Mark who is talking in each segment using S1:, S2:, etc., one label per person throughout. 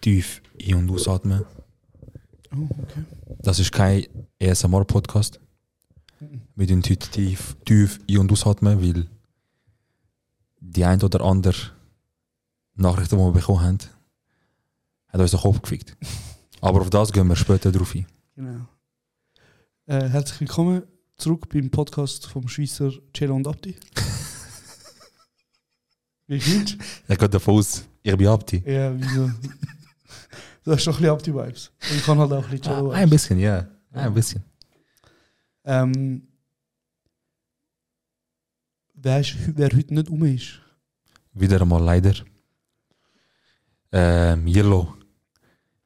S1: tief ein- und ausatmen.
S2: Oh, okay.
S1: Das ist kein ASMR-Podcast. Wir tun heute tief, tief ein- und ausatmen, weil die ein oder andere Nachrichten, die wir bekommen haben, hat uns den Kopf gefickt. Aber auf das gehen wir später drauf ein.
S2: Genau. Äh, herzlich willkommen zurück beim Podcast vom Schweizer Cello und Abdi. Wie geht's?
S1: Er geht davon aus, ich bin Abdi.
S2: Ja, wieso? Du hast doch ein bisschen Abdi-Vibes. Und Ich kann halt auch ein bisschen
S1: Ah,
S2: Cello-Vibes.
S1: ein bisschen, ja. Ein bisschen.
S2: Ähm, wer, ist, wer heute nicht um ist?
S1: Wieder einmal leider. Ähm, Yellow.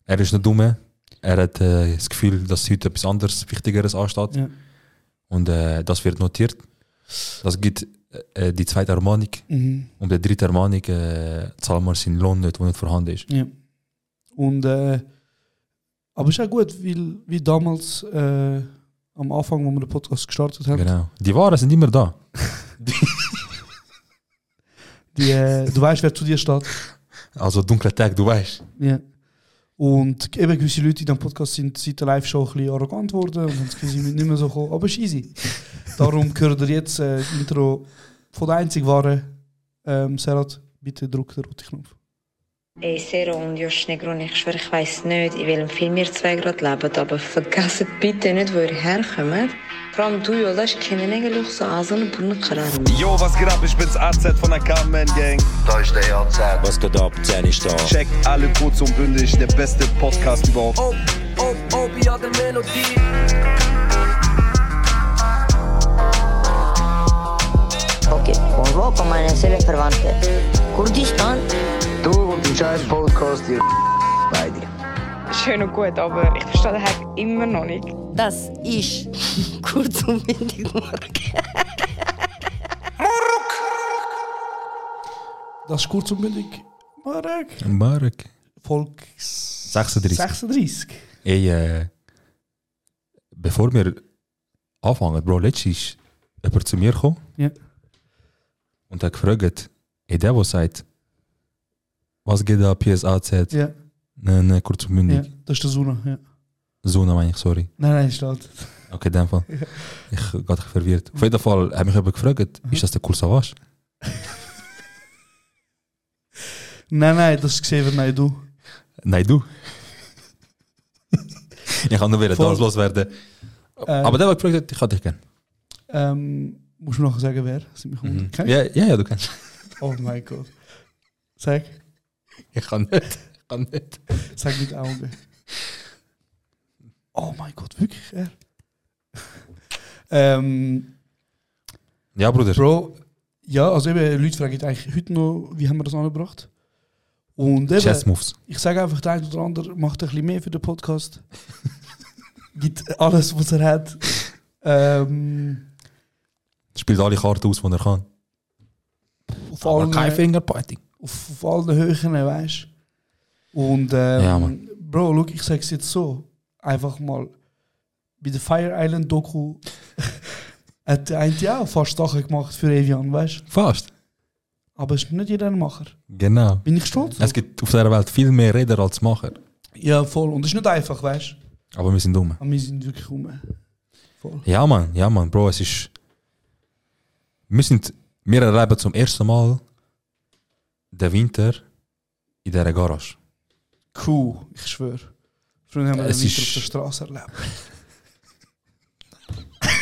S1: Er ist nicht dumm. Er hat äh, das Gefühl, dass heute etwas anderes, Wichtigeres ansteht.
S2: Ja.
S1: Und äh, das wird notiert. Das gibt äh, die zweite Harmonik.
S2: Mhm.
S1: Und der dritte Harmonik äh, zahlt man seinen Lohn nicht, der nicht vorhanden ist.
S2: ja. Und, äh, aber ist auch gut, weil wie damals äh, am Anfang, wo wir den Podcast gestartet haben,
S1: Genau. Die Waren sind immer da.
S2: die, äh, du weißt, wer zu dir steht.
S1: Also dunkler Tag, du weißt.
S2: Ja. Und eben gewisse Leute in diesem Podcast sind seit der Live-Show ein bisschen arrogant geworden und haben das Gefühl, sie sind nicht mehr so kommen. Aber ist easy. Darum gehört ihr jetzt äh, das Intro von der einzig wahren ähm, Serat. Bitte drückt den roten Knopf.
S3: Ey, Sero und Josh Negrun, ich schwöre, ich weiss nicht, in welchem Film ihr zwei gerade lebt, aber vergesst bitte nicht, wo ihr herkommt. Vor allem du, Jolas, kennen eigentlich so Asen und Brunnen gerade.
S4: Yo, was geht ab? Ich bin's AZ von der Carmen Gang.
S5: Da ist der AZ.
S6: Was geht ab? Zehn ist da.
S4: Checkt alle kurz und bündig, der beste Podcast überhaupt.
S7: Oh, oh, oh, wie an der Melodie.
S8: Ok, convoco amaneceres Fervante. Kurdistan
S5: Du und dein scheiß Podcast, ihr beide.
S9: schön und gut, aber ich verstehe den Hack immer noch nicht.
S8: Das ist kurz und windig morgen.
S2: Das ist kurz und bündig. Marek.
S1: Marek.
S2: Folge
S1: 36.
S2: 36.
S1: Ey, äh, bevor wir anfangen, Bro, letztens ist jemand zu mir gekommen
S2: Ja.
S1: und hat gefragt, ey, der, der sagt, was geht da PSAZ? Ja.
S2: Ja,
S1: Nein, nein, kurz und
S2: ja.
S1: mündig.
S2: Das ist der Suna. Ja.
S1: So, meine ich, sorry.
S2: Nein, nein, steht.
S1: Okay, in dem Fall. Ich gerade verwirrt. Auf jeden Fall hat mich jemand gefragt, ist das der Kurs Savage?
S2: Nein, nein, das ist Xavier Naidu.
S1: Nein, du. ich kann nur wieder
S2: Voll.
S1: das loswerden. Ah,
S2: Äh,
S1: Aber der, der gefragt hat, ich hatte dich gern.
S2: ähm, musst du nachher sagen, wer? Sind mich
S1: Mhm.
S2: mhm.
S1: Ja, ja, ja, du kennst.
S2: Oh mein Gott. Sag,
S1: Ich kann nicht. Ich kann nicht.
S2: sag mit Augen. Oh mein Gott, wirklich er? ähm,
S1: Ja, Bruder.
S2: Bro, ja, also eben, Leute fragen jetzt eigentlich heute noch, wie haben wir das angebracht? Und eben,
S1: Chess Moves.
S2: Ich sage einfach, der eine oder andere macht ein bisschen mehr für den Podcast. Gibt alles, was er hat. Ähm,
S1: Spielt alle Karten aus, die er kann.
S2: auf, allen, auf,
S1: Fingerpointing.
S2: auf allen Höhen, weißt du. Und ähm,
S1: Ja, Mann.
S2: Bro, look, ich sag's jetzt so. Einfach mal. Bei der Fire Island Doku hat der eine ja auch fast Sachen gemacht für Evian, weißt du.
S1: Fast.
S2: Aber es ist nicht jeder ein Macher.
S1: Genau.
S2: Bin ich stolz? drauf.
S1: Es gibt auf dieser Welt viel mehr Reder als Macher.
S2: Ja, voll. Und es ist nicht einfach, weißt du.
S1: Aber wir sind dumm.
S2: Aber wir sind wirklich rum. Voll.
S1: Ja, Mann, ja, Mann, Bro, es ist. Wir sind. Wir erleben zum ersten Mal den Winter in dieser Garage.
S2: Cool, ich schwöre. Früher haben wir
S1: Äh, Es
S2: das nicht
S1: ist-
S2: auf der Straße erlebt.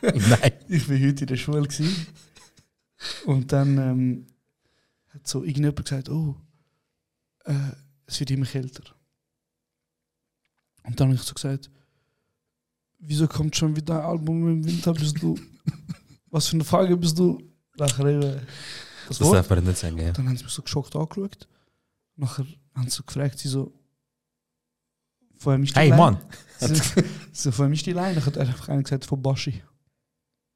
S1: Nein.
S2: Ich war heute in der Schule gewesen. und dann ähm, hat so irgendjemand gesagt, oh, äh, es wird immer kälter. Und dann habe ich so gesagt, wieso kommt schon wieder ein Album im Winter, bist du? Was für eine Frage bist du? Nachher eben das
S1: Das äh,
S2: Wort.
S1: darf man nicht sagen, ja.
S2: Dann haben sie mich so geschockt angeschaut. Nachher haben sie so gefragt, sie so, vorher mich
S1: Hey, Mann!
S2: So, so von mir ist die Leine. Ich hätte einfach einen gesagt von Baschi.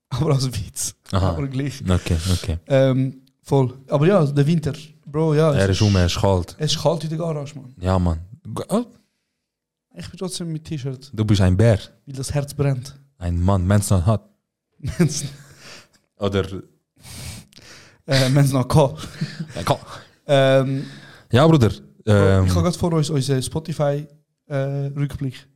S2: Aber als Witz.
S1: Aha.
S2: Aber gleich.
S1: Okay, okay.
S2: Ähm, voll. Aber ja, der Winter. Bro, ja.
S1: Er ist um, er ist kalt.
S2: Es ist kalt in der Garage, Mann.
S1: Ja, Mann. G- oh,
S2: Ich bin trotzdem mit T-Shirt,
S1: Du bist ein Bär.
S2: weil das Herz brennt.
S1: Ein Mann, Mensch not hat.
S2: Wenn's-
S1: Oder.
S2: äh, Wenn es noch kann.
S1: Ja, klar.
S2: Ähm,
S1: Ja, Bruder, Ähm,
S2: ich habe gerade vor uns unseren Spotify-Rückblick.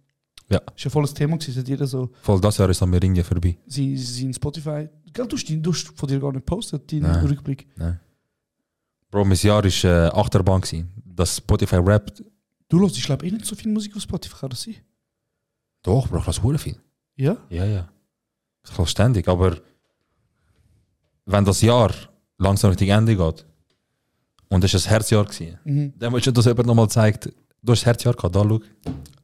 S1: Ja.
S2: Ist ja volles Thema gewesen. Es hat jeder so
S1: voll das Jahr ist an mir irgendwie vorbei.
S2: sein, sein Spotify. Gell, du hast, die- du hast von dir gar nicht gepostet, deinen
S1: Nein.
S2: Rückblick.
S1: Bro, mein Jahr ist äh, Achterbahn gewesen. Das Spotify Rap.
S2: Du hörst, ich glaube, eh nicht so viel Musik auf Spotify, kann das sein?
S1: Doch, Bro, ich lasse hure viel.
S2: Ja?
S1: Ja, ja. Ich lasse ständig, aber wenn das Jahr langsam Richtung Ende geht und es war ein Herzjahr gewesen,
S2: Mhm.
S1: dann willst du das jemand nochmal zeigt. Du hast das Herzjahr gehabt, da schau.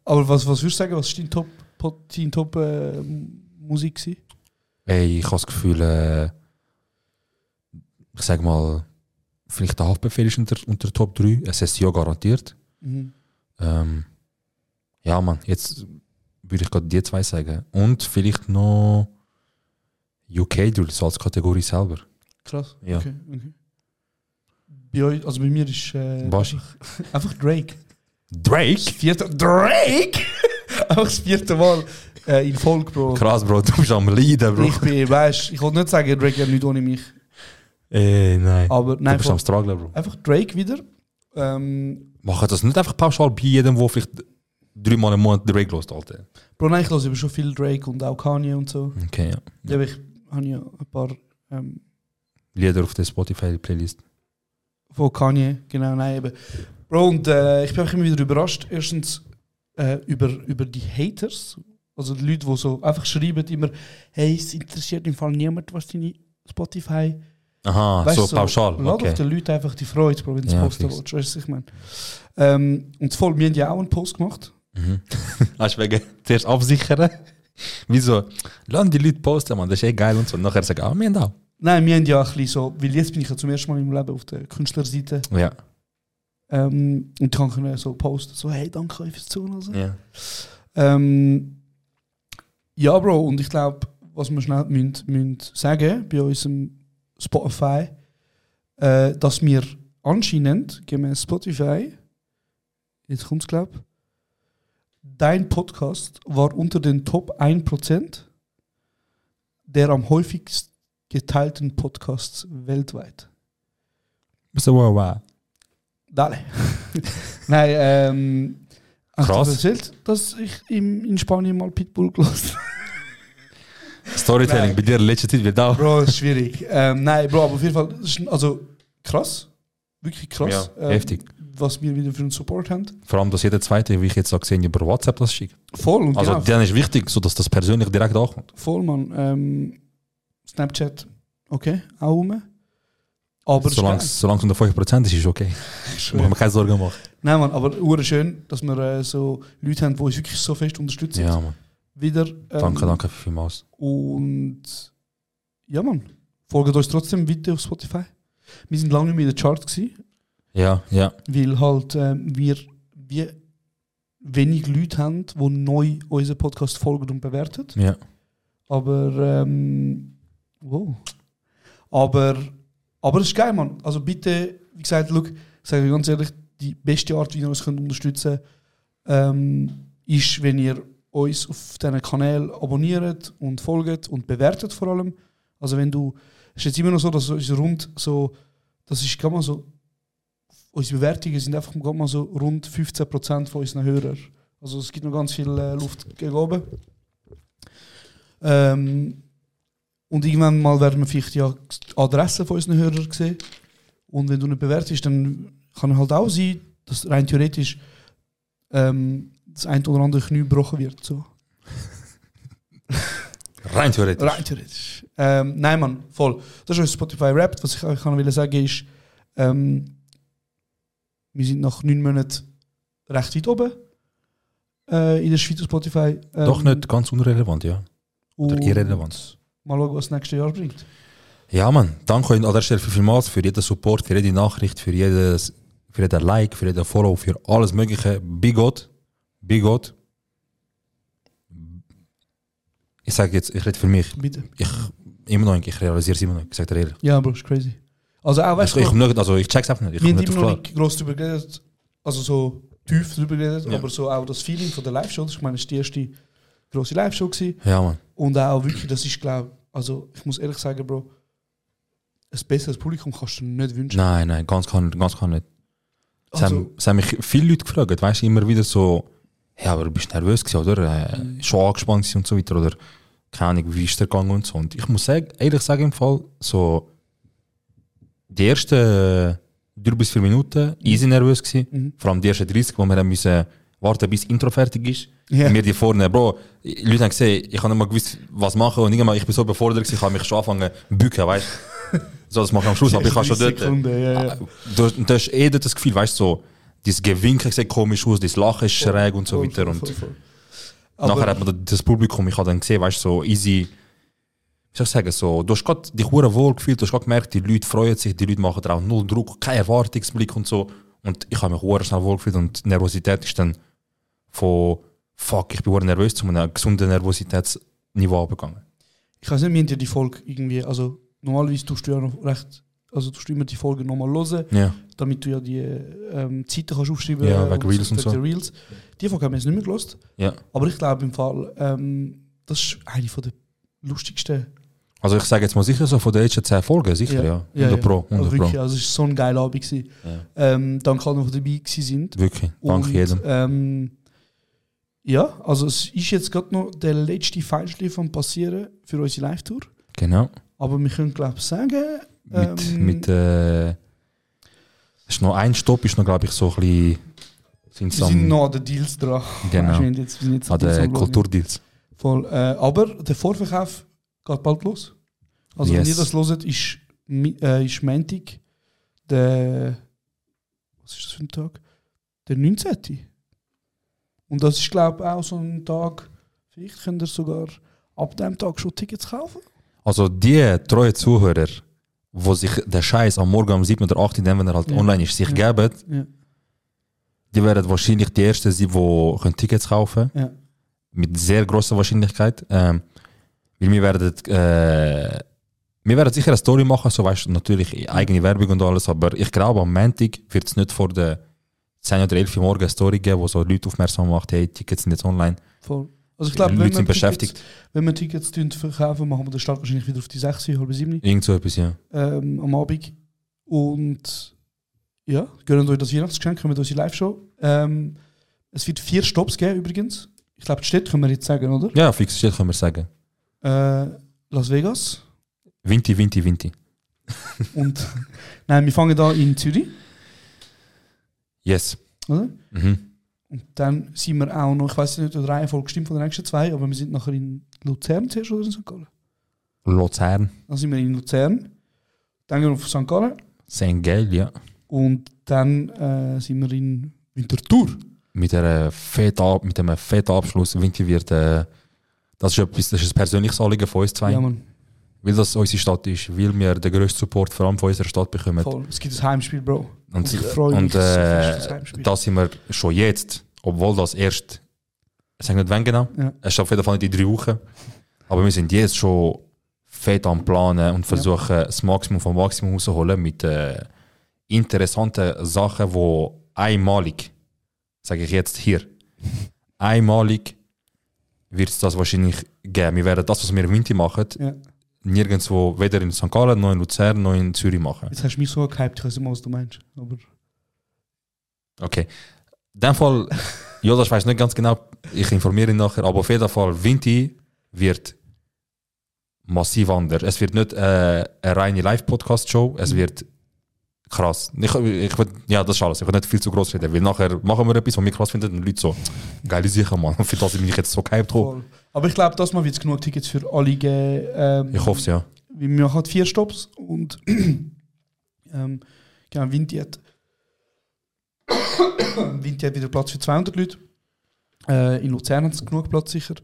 S2: Aber was, was würdest du sagen, was ist dein Top, Pot- dein Top äh, Musik gewesen?
S1: Ey, ich habe das Gefühl, äh, ich sag mal, vielleicht der Haftbefehl ist unter, unter Top 3, SSJ garantiert.
S2: Mhm.
S1: Ähm, ja, Mann, jetzt würde ich gerade die zwei sagen. Und vielleicht noch UK Drills als Kategorie selber.
S2: Krass.
S1: Ja.
S2: Okay, okay. Bei euch, also bei mir ist äh,
S1: Baschi.
S2: einfach Drake. Das
S1: Drake?
S2: vierte Drake! Einfach das vierte Mal äh, in Folge, Bro.
S1: Krass, Bro, du bist am Leiden, Bro.
S2: Ich bin, weißt ich wollte nicht sagen, Drake hat nichts ohne mich.
S1: Ey, Äh, Ah, nein.
S2: Aber
S1: du
S2: nein,
S1: bist am
S2: voll,
S1: Strugglen, Bro.
S2: einfach Drake wieder. Ähm,
S1: Mach das nicht einfach pauschal bei jedem, der vielleicht dreimal im Monat Drake lost, Alter.
S2: Bro, nein, ich höre eben schon viel Drake und auch Kanye und so.
S1: Okay, ja.
S2: Ja, aber ich habe ja ein paar ähm,
S1: Lieder auf der Spotify-Playlist.
S2: von Kanye, genau, nein, eben. Bro, und äh, ich bin einfach immer wieder überrascht. Erstens äh, über, über die Haters. Also die Leute, die so einfach schreiben immer, hey, es interessiert im Fall niemand, was deine Spotify...
S1: Aha,
S2: Weißt
S1: Ah, so
S2: du,
S1: pauschal.
S2: Lad
S1: okay.
S2: auf den Leuten einfach die Freude, Bro, wenn sie
S1: Ja,
S2: posten
S1: fix.
S2: willst. Weißt du, was ich meine? Ähm, und voll, wir haben ja auch einen Post gemacht.
S1: Mhm. Hast du wegen zuerst absichern? Wieso? Lass die Leute posten, Mann, das ist eh geil und so. Und nachher sagen, ah, wir haben auch.
S2: Nein, wir haben ja ein bisschen so, weil jetzt bin ich ja zum ersten Mal im Leben auf der Künstlerseite
S1: Ja.
S2: ähm, und kann können so posten, so hey, danke euch fürs Zuhören. Also.
S1: ja.
S2: Ähm, ja, Bro, und ich glaube, was wir schnell müssen, müssen sagen bei unserem Spotify, äh, dass wir anscheinend gemäß Spotify, jetzt kommt es, glaube dein Podcast war unter den Top 1% der am häufigst geteilten Podcasts weltweit.
S1: So, wow, wow.
S2: Dale. Nein, ähm, hast du
S1: Krass.
S2: erzählt, dass ich im, in Spanien mal Pitbull gelassen
S1: Storytelling
S2: Nein.
S1: bei dir in letzter Zeit wird auch.
S2: Bro, ist schwierig. ähm, nein, Bro, aber auf jeden Fall, es ist- also krass. Wirklich krass. ähm,
S1: Ja, heftig.
S2: Was wir wieder für einen Support haben.
S1: Vor allem, dass jeder Zweite, wie ich jetzt auch gesehen habe, über WhatsApp das schickt.
S2: Voll, und
S1: Also,
S2: genau,
S1: dann ist wichtig, dus sodass das persönlich direkt ankommt.
S2: voll, Mann. Ähm, Snapchat, okay, auch rum. Aber
S1: Solange
S2: ist
S1: es solange es unter 5% ist, ist okay.
S2: geil.
S1: Muss man keine Sorgen machen.
S2: Nein, Mann, aber ur schön, dass wir äh, so Leute haben, die uns wirklich so fest unterstützen.
S1: Ja, Mann.
S2: Wieder. ähm,
S1: Danke, danke vielmals.
S2: Und ja, Mann, folgt uns trotzdem weiter auf Spotify. Wir sind lange nicht mehr in der Chart gewesen.
S1: Ja, ja.
S2: weil halt ähm, wir, wir wenig Leute haben, die neu unseren Podcast folgen und bewerten.
S1: ja.
S2: Aber ähm, wow. Aber, aber es ist geil, Mann. Also bitte, wie gesagt, look, ich sage ganz ehrlich, die beste Art, wie ihr uns könnt unterstützen ähm, ist, wenn ihr uns auf diesen Kanal abonniert und folgt und bewertet vor allem. Also wenn du, es ist jetzt immer noch so, dass uns rund so, das ist gerade mal so, unsere Bewertungen sind einfach gerade mal so rund 15% von unseren Hörern. Also es gibt noch ganz viel äh, Luft gegen oben. Ähm, und irgendwann mal werden wir vielleicht ja die Adressen von unseren Hörern sehen. Und wenn du nicht bewertest, dann kann halt auch sein, dass rein theoretisch ähm, das ein oder andere Knie gebrochen wird. So.
S1: Rein theoretisch.
S2: Rein theoretisch. Ähm, nein, Mann, voll. Das ist unser Spotify Wrapped. Was ich euch kann will sagen ist, ähm, wir sind nach neun Monaten recht weit oben äh, in der Schweiz auf Spotify. Ähm,
S1: Doch nicht ganz unrelevant, ja. Oder
S2: und
S1: irrelevant.
S2: Mal schauen, was das nächste Jahr bringt.
S1: Ja, Mann. Danke euch an der Stelle vielmals für jeden Support, für jede Nachricht, für jedes, für jeden Like, für jeden Follow, für alles Mögliche. Bigot. Bigot. Ich sage jetzt, ich rede für mich.
S2: Bitte.
S1: Ich, immer noch, ich realisiere es immer noch. Ich sage dir ehrlich.
S2: Ja, Bro, ist crazy. Also auch, weißt
S1: Ich,
S2: du,
S1: ich, komm nicht, also ich check's einfach nicht. Ich
S2: wir
S1: komme
S2: haben
S1: nicht auf
S2: immer noch
S1: klar.
S2: nicht gross drüber geredet, also so tief drüber geredet,
S1: Ja.
S2: aber so auch das Feeling von der Live-Show, das ist, ich meine, das ist die erste grosse Live-Show gewesen.
S1: Ja, Mann.
S2: und auch wirklich, das ist, glaube also ich muss ehrlich sagen, Bro, ein besseres Publikum kannst du dir nicht wünschen.
S1: Nein, nein, ganz kann, ganz kann nicht. Es
S2: Also-
S1: haben, es haben mich viele Leute gefragt, weißt du, immer wieder so, ja, aber du bist nervös gewesen, oder? Äh, Schon angespannt gewesen und so weiter, oder keine Ahnung, wie ist der gegangen und so. Und ich muss sagen, ehrlich sagen im Fall, so die ersten äh, drei bis vier
S2: Mhm.
S1: Minuten easy nervös gewesen, vor allem die ersten 30, wo wir haben müssen warten, bis das Intro fertig ist.
S2: Ja.
S1: Mir die vorne, Bro, die Leute haben gesehen, ich habe nicht mal gewusst, was machen und irgendwann, ich bin so überfordert gewesen, ich habe mich schon angefangen zu bücken, weißt du. So, das mache ich am Schluss, aber ich habe schon dort... äh,
S2: Sekunden, ja, ja.
S1: Du, du hast eh dort das Gefühl, weißt du, so, dieses Gewinken sieht komisch aus, dieses Lachen ist schräg und so
S2: Voll,
S1: weiter.
S2: voll,
S1: Und
S2: voll, voll.
S1: nachher
S2: Aber-
S1: hat man da- das Publikum, ich habe dann gesehen, weißt du, so easy, wie soll ich sagen, so, du hast grad dich hure wohl gefühlt, du hast grad gemerkt, die Leute freuen sich, die Leute machen drauf null Druck, kein Erwartungsblick und so. Und ich habe mich hure schnell wohl gefühlt und die Nervosität ist dann von fuck, ich bin hure nervös zu einem gesunden Nervositätsniveau abgegangen.
S2: Ich weiß nicht, wir haben ja die Folge irgendwie, also normalerweise tust du ja noch recht, also tust du immer die Folge nochmal hören,
S1: Ja,
S2: damit du ja die ähm, Zeiten kannst aufschreiben
S1: Ja,
S2: äh,
S1: wegen Reels und so.
S2: wegen der Reels. Die Folge haben wir jetzt nicht mehr gelost,
S1: ja.
S2: aber ich glaube im Fall, ähm, das ist eine von der lustigsten.
S1: Also ich sage jetzt mal sicher so von den letzten 10 Folgen, sicher, ja. 100 Pro, 100
S2: also
S1: Pro.
S2: wirklich, also es war so ein geiler Abend. gewesen. Ähm, danke allen, die dabei gewesen sind.
S1: Wirklich, danke
S2: Und,
S1: jedem.
S2: Ähm, ja, also es ist jetzt gerade noch der letzte Feinschliff vom Passieren für unsere Live-Tour.
S1: Genau.
S2: Aber wir können, glaube ich, sagen,
S1: Mit,
S2: Ähm,
S1: mit äh, ist noch ein Stopp ist noch, glaube ich, so ein bisschen sind
S2: wir
S1: so
S2: sind
S1: am,
S2: noch an den Deals dran.
S1: Genau.
S2: Wir sind jetzt, wir sind jetzt
S1: an
S2: Deals
S1: den
S2: am Schauen.
S1: Kulturdeals.
S2: Voll. Äh, aber der Vorverkauf geht bald los. Also, wenn
S1: Yes.
S2: ihr das loset, ist, Mi- äh, ist Montag der. Was ist das für ein Tag? Der 19. Und das ist, glaube ich, auch so ein Tag. Vielleicht könnt ihr sogar ab dem Tag schon Tickets kaufen.
S1: Also die treuen Zuhörer, wo sich der Scheiß am Morgen am 7 oder 8, dann, wenn er halt
S2: Ja.
S1: online ist, sich
S2: Ja.
S1: geben,
S2: Ja.
S1: die werden wahrscheinlich die ersten sein, die können Tickets kaufen
S2: Ja.
S1: Mit sehr großer Wahrscheinlichkeit. Ähm, weil wir werden, äh, wir werden sicher eine Story machen, so weißt du, natürlich eigene Werbung und alles, aber ich glaube, am Montag wird es nicht vor der 10 oder 11 Uhr morgen eine Story geben, wo so Leute aufmerksam macht, hey, Tickets sind jetzt online.
S2: Voll. Also, ich glaube, wenn,
S1: Leute
S2: wir
S1: sind beschäftigt.
S2: Tickets- wenn wir Tickets tun verkaufen, machen wir den Start wahrscheinlich wieder auf die 6, halb 7
S1: Irgend so etwas, ja.
S2: ähm, am Abend. Und ja, gönnen euch das Weihnachtsgeschenk, kommen unsere Live-Show. Ähm, es wird vier Stops geben übrigens. Ich glaube, die Städte können wir jetzt sagen, oder?
S1: Ja, fix, das können wir sagen.
S2: Äh, Las Vegas
S1: Vinti, Vinti, Vinti.
S2: und nein, wir fangen da in Zürich,
S1: Yes.
S2: oder?
S1: Mhm.
S2: Und dann sind wir auch noch, ich weiß nicht, ob die Reihenfolge stimmt von den nächsten zwei, aber wir sind nachher in Luzern zuerst oder in St. Gallen.
S1: Luzern,
S2: Dann sind wir in Luzern, dann gehen wir auf St. Gallen
S1: St. Gell, ja.
S2: und dann äh, sind wir in Winterthur.
S1: mit, einer fetten Ab mit einem fetten Abschluss. Winti wird, äh, das, ist etwas, das ist ein persönliches Anliegen von uns zwei,
S2: Ja, Mann,
S1: weil das unsere Stadt ist, weil wir den grössten Support vor allem von unserer Stadt bekommen.
S2: voll. Es gibt ein Heimspiel, Bro.
S1: Und,
S2: ich freue mich
S1: und
S2: so fest auf das
S1: äh,
S2: Heimspiel.
S1: da sind wir schon jetzt, obwohl das erst, ich sage nicht wann genau,
S2: Ja.
S1: es ist auf jeden Fall nicht in drei Wochen, aber wir sind jetzt schon fett am Planen und versuchen das Maximum vom Maximum rauszuholen mit äh, interessanten Sachen, die einmalig, sage ich jetzt hier, einmalig wird es das wahrscheinlich geben. Wir werden das, was wir im Winter machen,
S2: Ja.
S1: nirgendwo, weder in St. Gallen, noch in Luzern, noch in Zürich machen.
S2: Jetzt hast du mich so gehypt, ich weiß nicht mal, was du meinst. Aber
S1: Okay. In dem Fall, Jodas weiß nicht ganz genau, ich informiere ihn nachher, aber auf jeden Fall, Vinti wird massiv anders. Es wird nicht äh, eine reine Live-Podcast-Show, es wird krass. Ich, ich will, ja, das ist alles. Ich will nicht viel zu groß reden, weil nachher machen wir etwas, was wir krass finden und die Leute so, geile Sache, Mann. Für das bin ich jetzt so gehypt. hoch.
S2: Voll. aber ich glaube, das Mal wird es genug Tickets für alle geben. Ähm,
S1: Ich hoffe es, ja.
S2: Wir machen halt vier Stops und ähm, genau, Vinti hat, Vinti hat wieder Platz für 200 Leute. Äh, in Luzern hat es genug Platz sicher.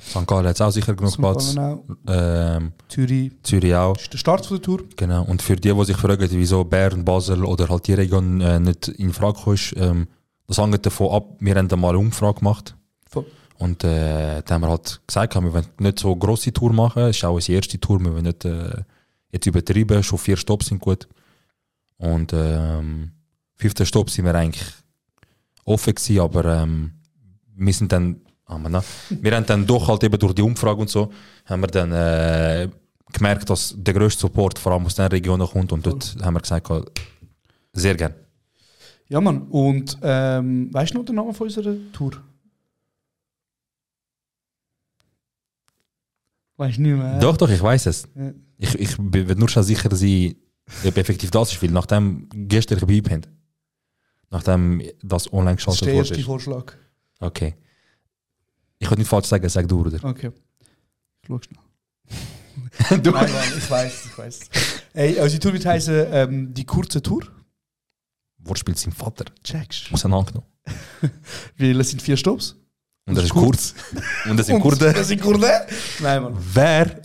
S1: St. Gallen hat auch sicher genug
S2: St.
S1: Platz.
S2: Gallen auch.
S1: Ähm,
S2: Zürich
S1: Zürich auch.
S2: ist der Start von der Tour.
S1: Genau, und für die, die sich fragen, wieso Bern, Basel oder halt die Region äh, nicht in Frage kommt, ähm, das hängt davon ab, wir haben da mal eine Umfrage gemacht.
S2: Voll.
S1: Und äh, da haben wir halt gesagt, wir wollen nicht so grosse Tour machen, es ist auch unsere erste Tour, wir wollen nicht äh, jetzt übertreiben, schon vier Stops sind gut. Und ähm, fünfter Stopp sind wir eigentlich offen gewesen, aber ähm, wir sind dann, ah, Mann, na. wir haben dann doch halt eben durch die Umfrage und so, haben wir dann äh, gemerkt, dass der grösste Support vor allem aus den Regionen kommt und dort haben wir gesagt, sehr gern.
S2: Ja, Mann. Und ähm, weißt du noch den Namen von unserer Tour? Weißt du nicht mehr?
S1: Doch, doch, ich weiß es.
S2: Ja.
S1: Ich, ich bin will nur schon sicher sein, ob effektiv das ist, weil nachdem gestern geblieben haben, nachdem das online
S2: Das ist der
S1: geschaltet
S2: erste
S1: wurde.
S2: Vorschlag.
S1: Okay. Ich kann nicht falsch sagen, sag du, Bruder.
S2: Okay. Ich schau schnell.
S1: Du-
S2: Nein, Mann, ich weiß, ich weiß. Ey, also die Tour wird heißen ähm, die kurze Tour.
S1: Wo spielt sein Vater?
S2: Checkst.
S1: Auseinandergenommen.
S2: Weil es sind vier Stops.
S1: Und das ist kurz.
S2: Kurz.
S1: Und das sind
S2: Und-
S1: Kurden.
S2: Das sind Kurden? Nein, Mann.
S1: Wer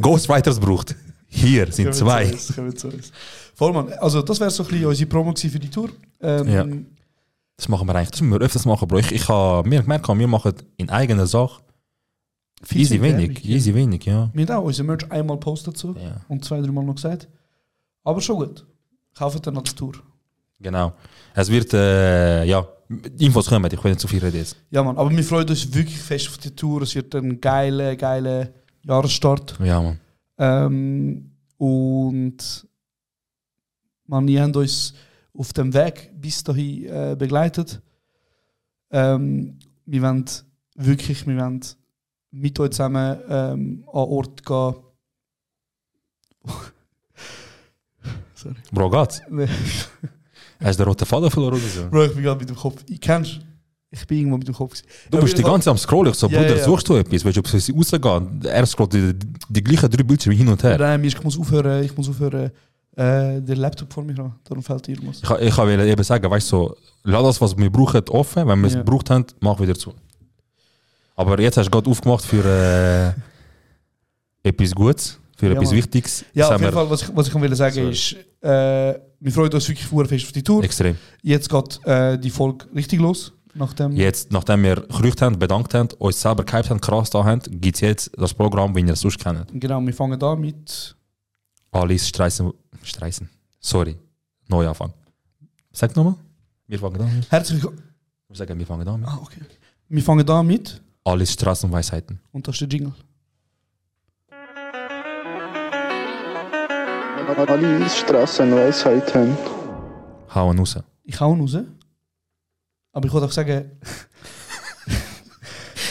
S1: Ghostwriters braucht, hier sind
S2: Kommen
S1: zwei.
S2: wir zu uns, kommen wir zu uns. Voll, Mann. Also das wäre so ein bisschen unsere Promo gewesen für die Tour. Ähm,
S1: Ja. Das machen wir eigentlich. Das müssen wir öfters machen, Bro. Ich, ich habe mir gemerkt, wir machen in eigener Sache
S2: viel
S1: easy
S2: zu
S1: wenig.
S2: Ja.
S1: Easy wenig, ja.
S2: Wir haben auch unser Merch einmal postet so
S1: Ja.
S2: und zwei, dreimal noch gesagt. Aber schon gut. Kauft dann als Tour.
S1: Genau. Es wird, äh, ja, Infos kommen. Ich will nicht zu viel reden jetzt.
S2: Ja, Mann. Aber wir freuen uns wirklich fest auf die Tour. Es wird ein geiler, geiler Jahresstart.
S1: Ja, Mann.
S2: Ähm, und man, die haben uns auf dem Weg bis dahin äh, begleitet. Ähm, wir wollen wirklich, wir wollen mit euch zusammen ähm, an Ort gehen. Sorry.
S1: Bro, geht's?
S2: Nee.
S1: Hast du den roten Faden verloren oder so?
S2: Bro, ich bin gerade mit dem Kopf. Ich kennst Ich bin irgendwo mit dem Kopf. gewesen.
S1: Du
S2: Auf
S1: bist die
S2: jeden Fall-
S1: ganze Zeit am Scrollen. Ich so,
S2: Ja,
S1: Bruder,
S2: ja.
S1: suchst du etwas? Willst du ob sie rausgehen? Er scrollt die, die gleichen drei Bildschirme hin und her.
S2: Nein, ich muss aufhören, ich muss aufhören, äh, den Laptop vor mir haben. Darum fällt dir was.
S1: Ich, ha- ich wollte eben sagen, weißt du, so, lass das, was wir brauchen, offen. Wenn wir es
S2: Ja.
S1: gebraucht haben, mach wieder zu. Aber jetzt hast du gerade aufgemacht für äh, etwas Gutes, für
S2: Ja,
S1: etwas
S2: Mann.
S1: Wichtiges. Das
S2: Ja, auf
S1: haben
S2: jeden
S1: wir
S2: Fall, was ich, was ich will sagen
S1: Sorry.
S2: ist, äh, wir freuen uns wirklich vorher fest auf die Tour.
S1: Extrem.
S2: Jetzt geht äh, die Folge richtig los. Nach dem
S1: Jetzt, nachdem wir gerücht haben, bedankt haben, uns selber gehypt haben, krass da haben, gibt es jetzt das Programm, wenn ihr es sonst kennt.
S2: Genau, wir fangen an mit.
S1: Alice Streißen. Streißen. Sorry. Neuanfang. Sag nochmal. Wir fangen an.
S2: Herzlich willkommen.
S1: Wir sagen, wir fangen an.
S2: Ah, okay. Wir fangen an mit.
S1: Alice Straßenweisheiten.
S2: Und das ist der Jingle.
S5: Alle Straßenweisheiten.
S1: Hauen raus.
S2: Ich hau ihn raus. Aber ich wollte auch sagen,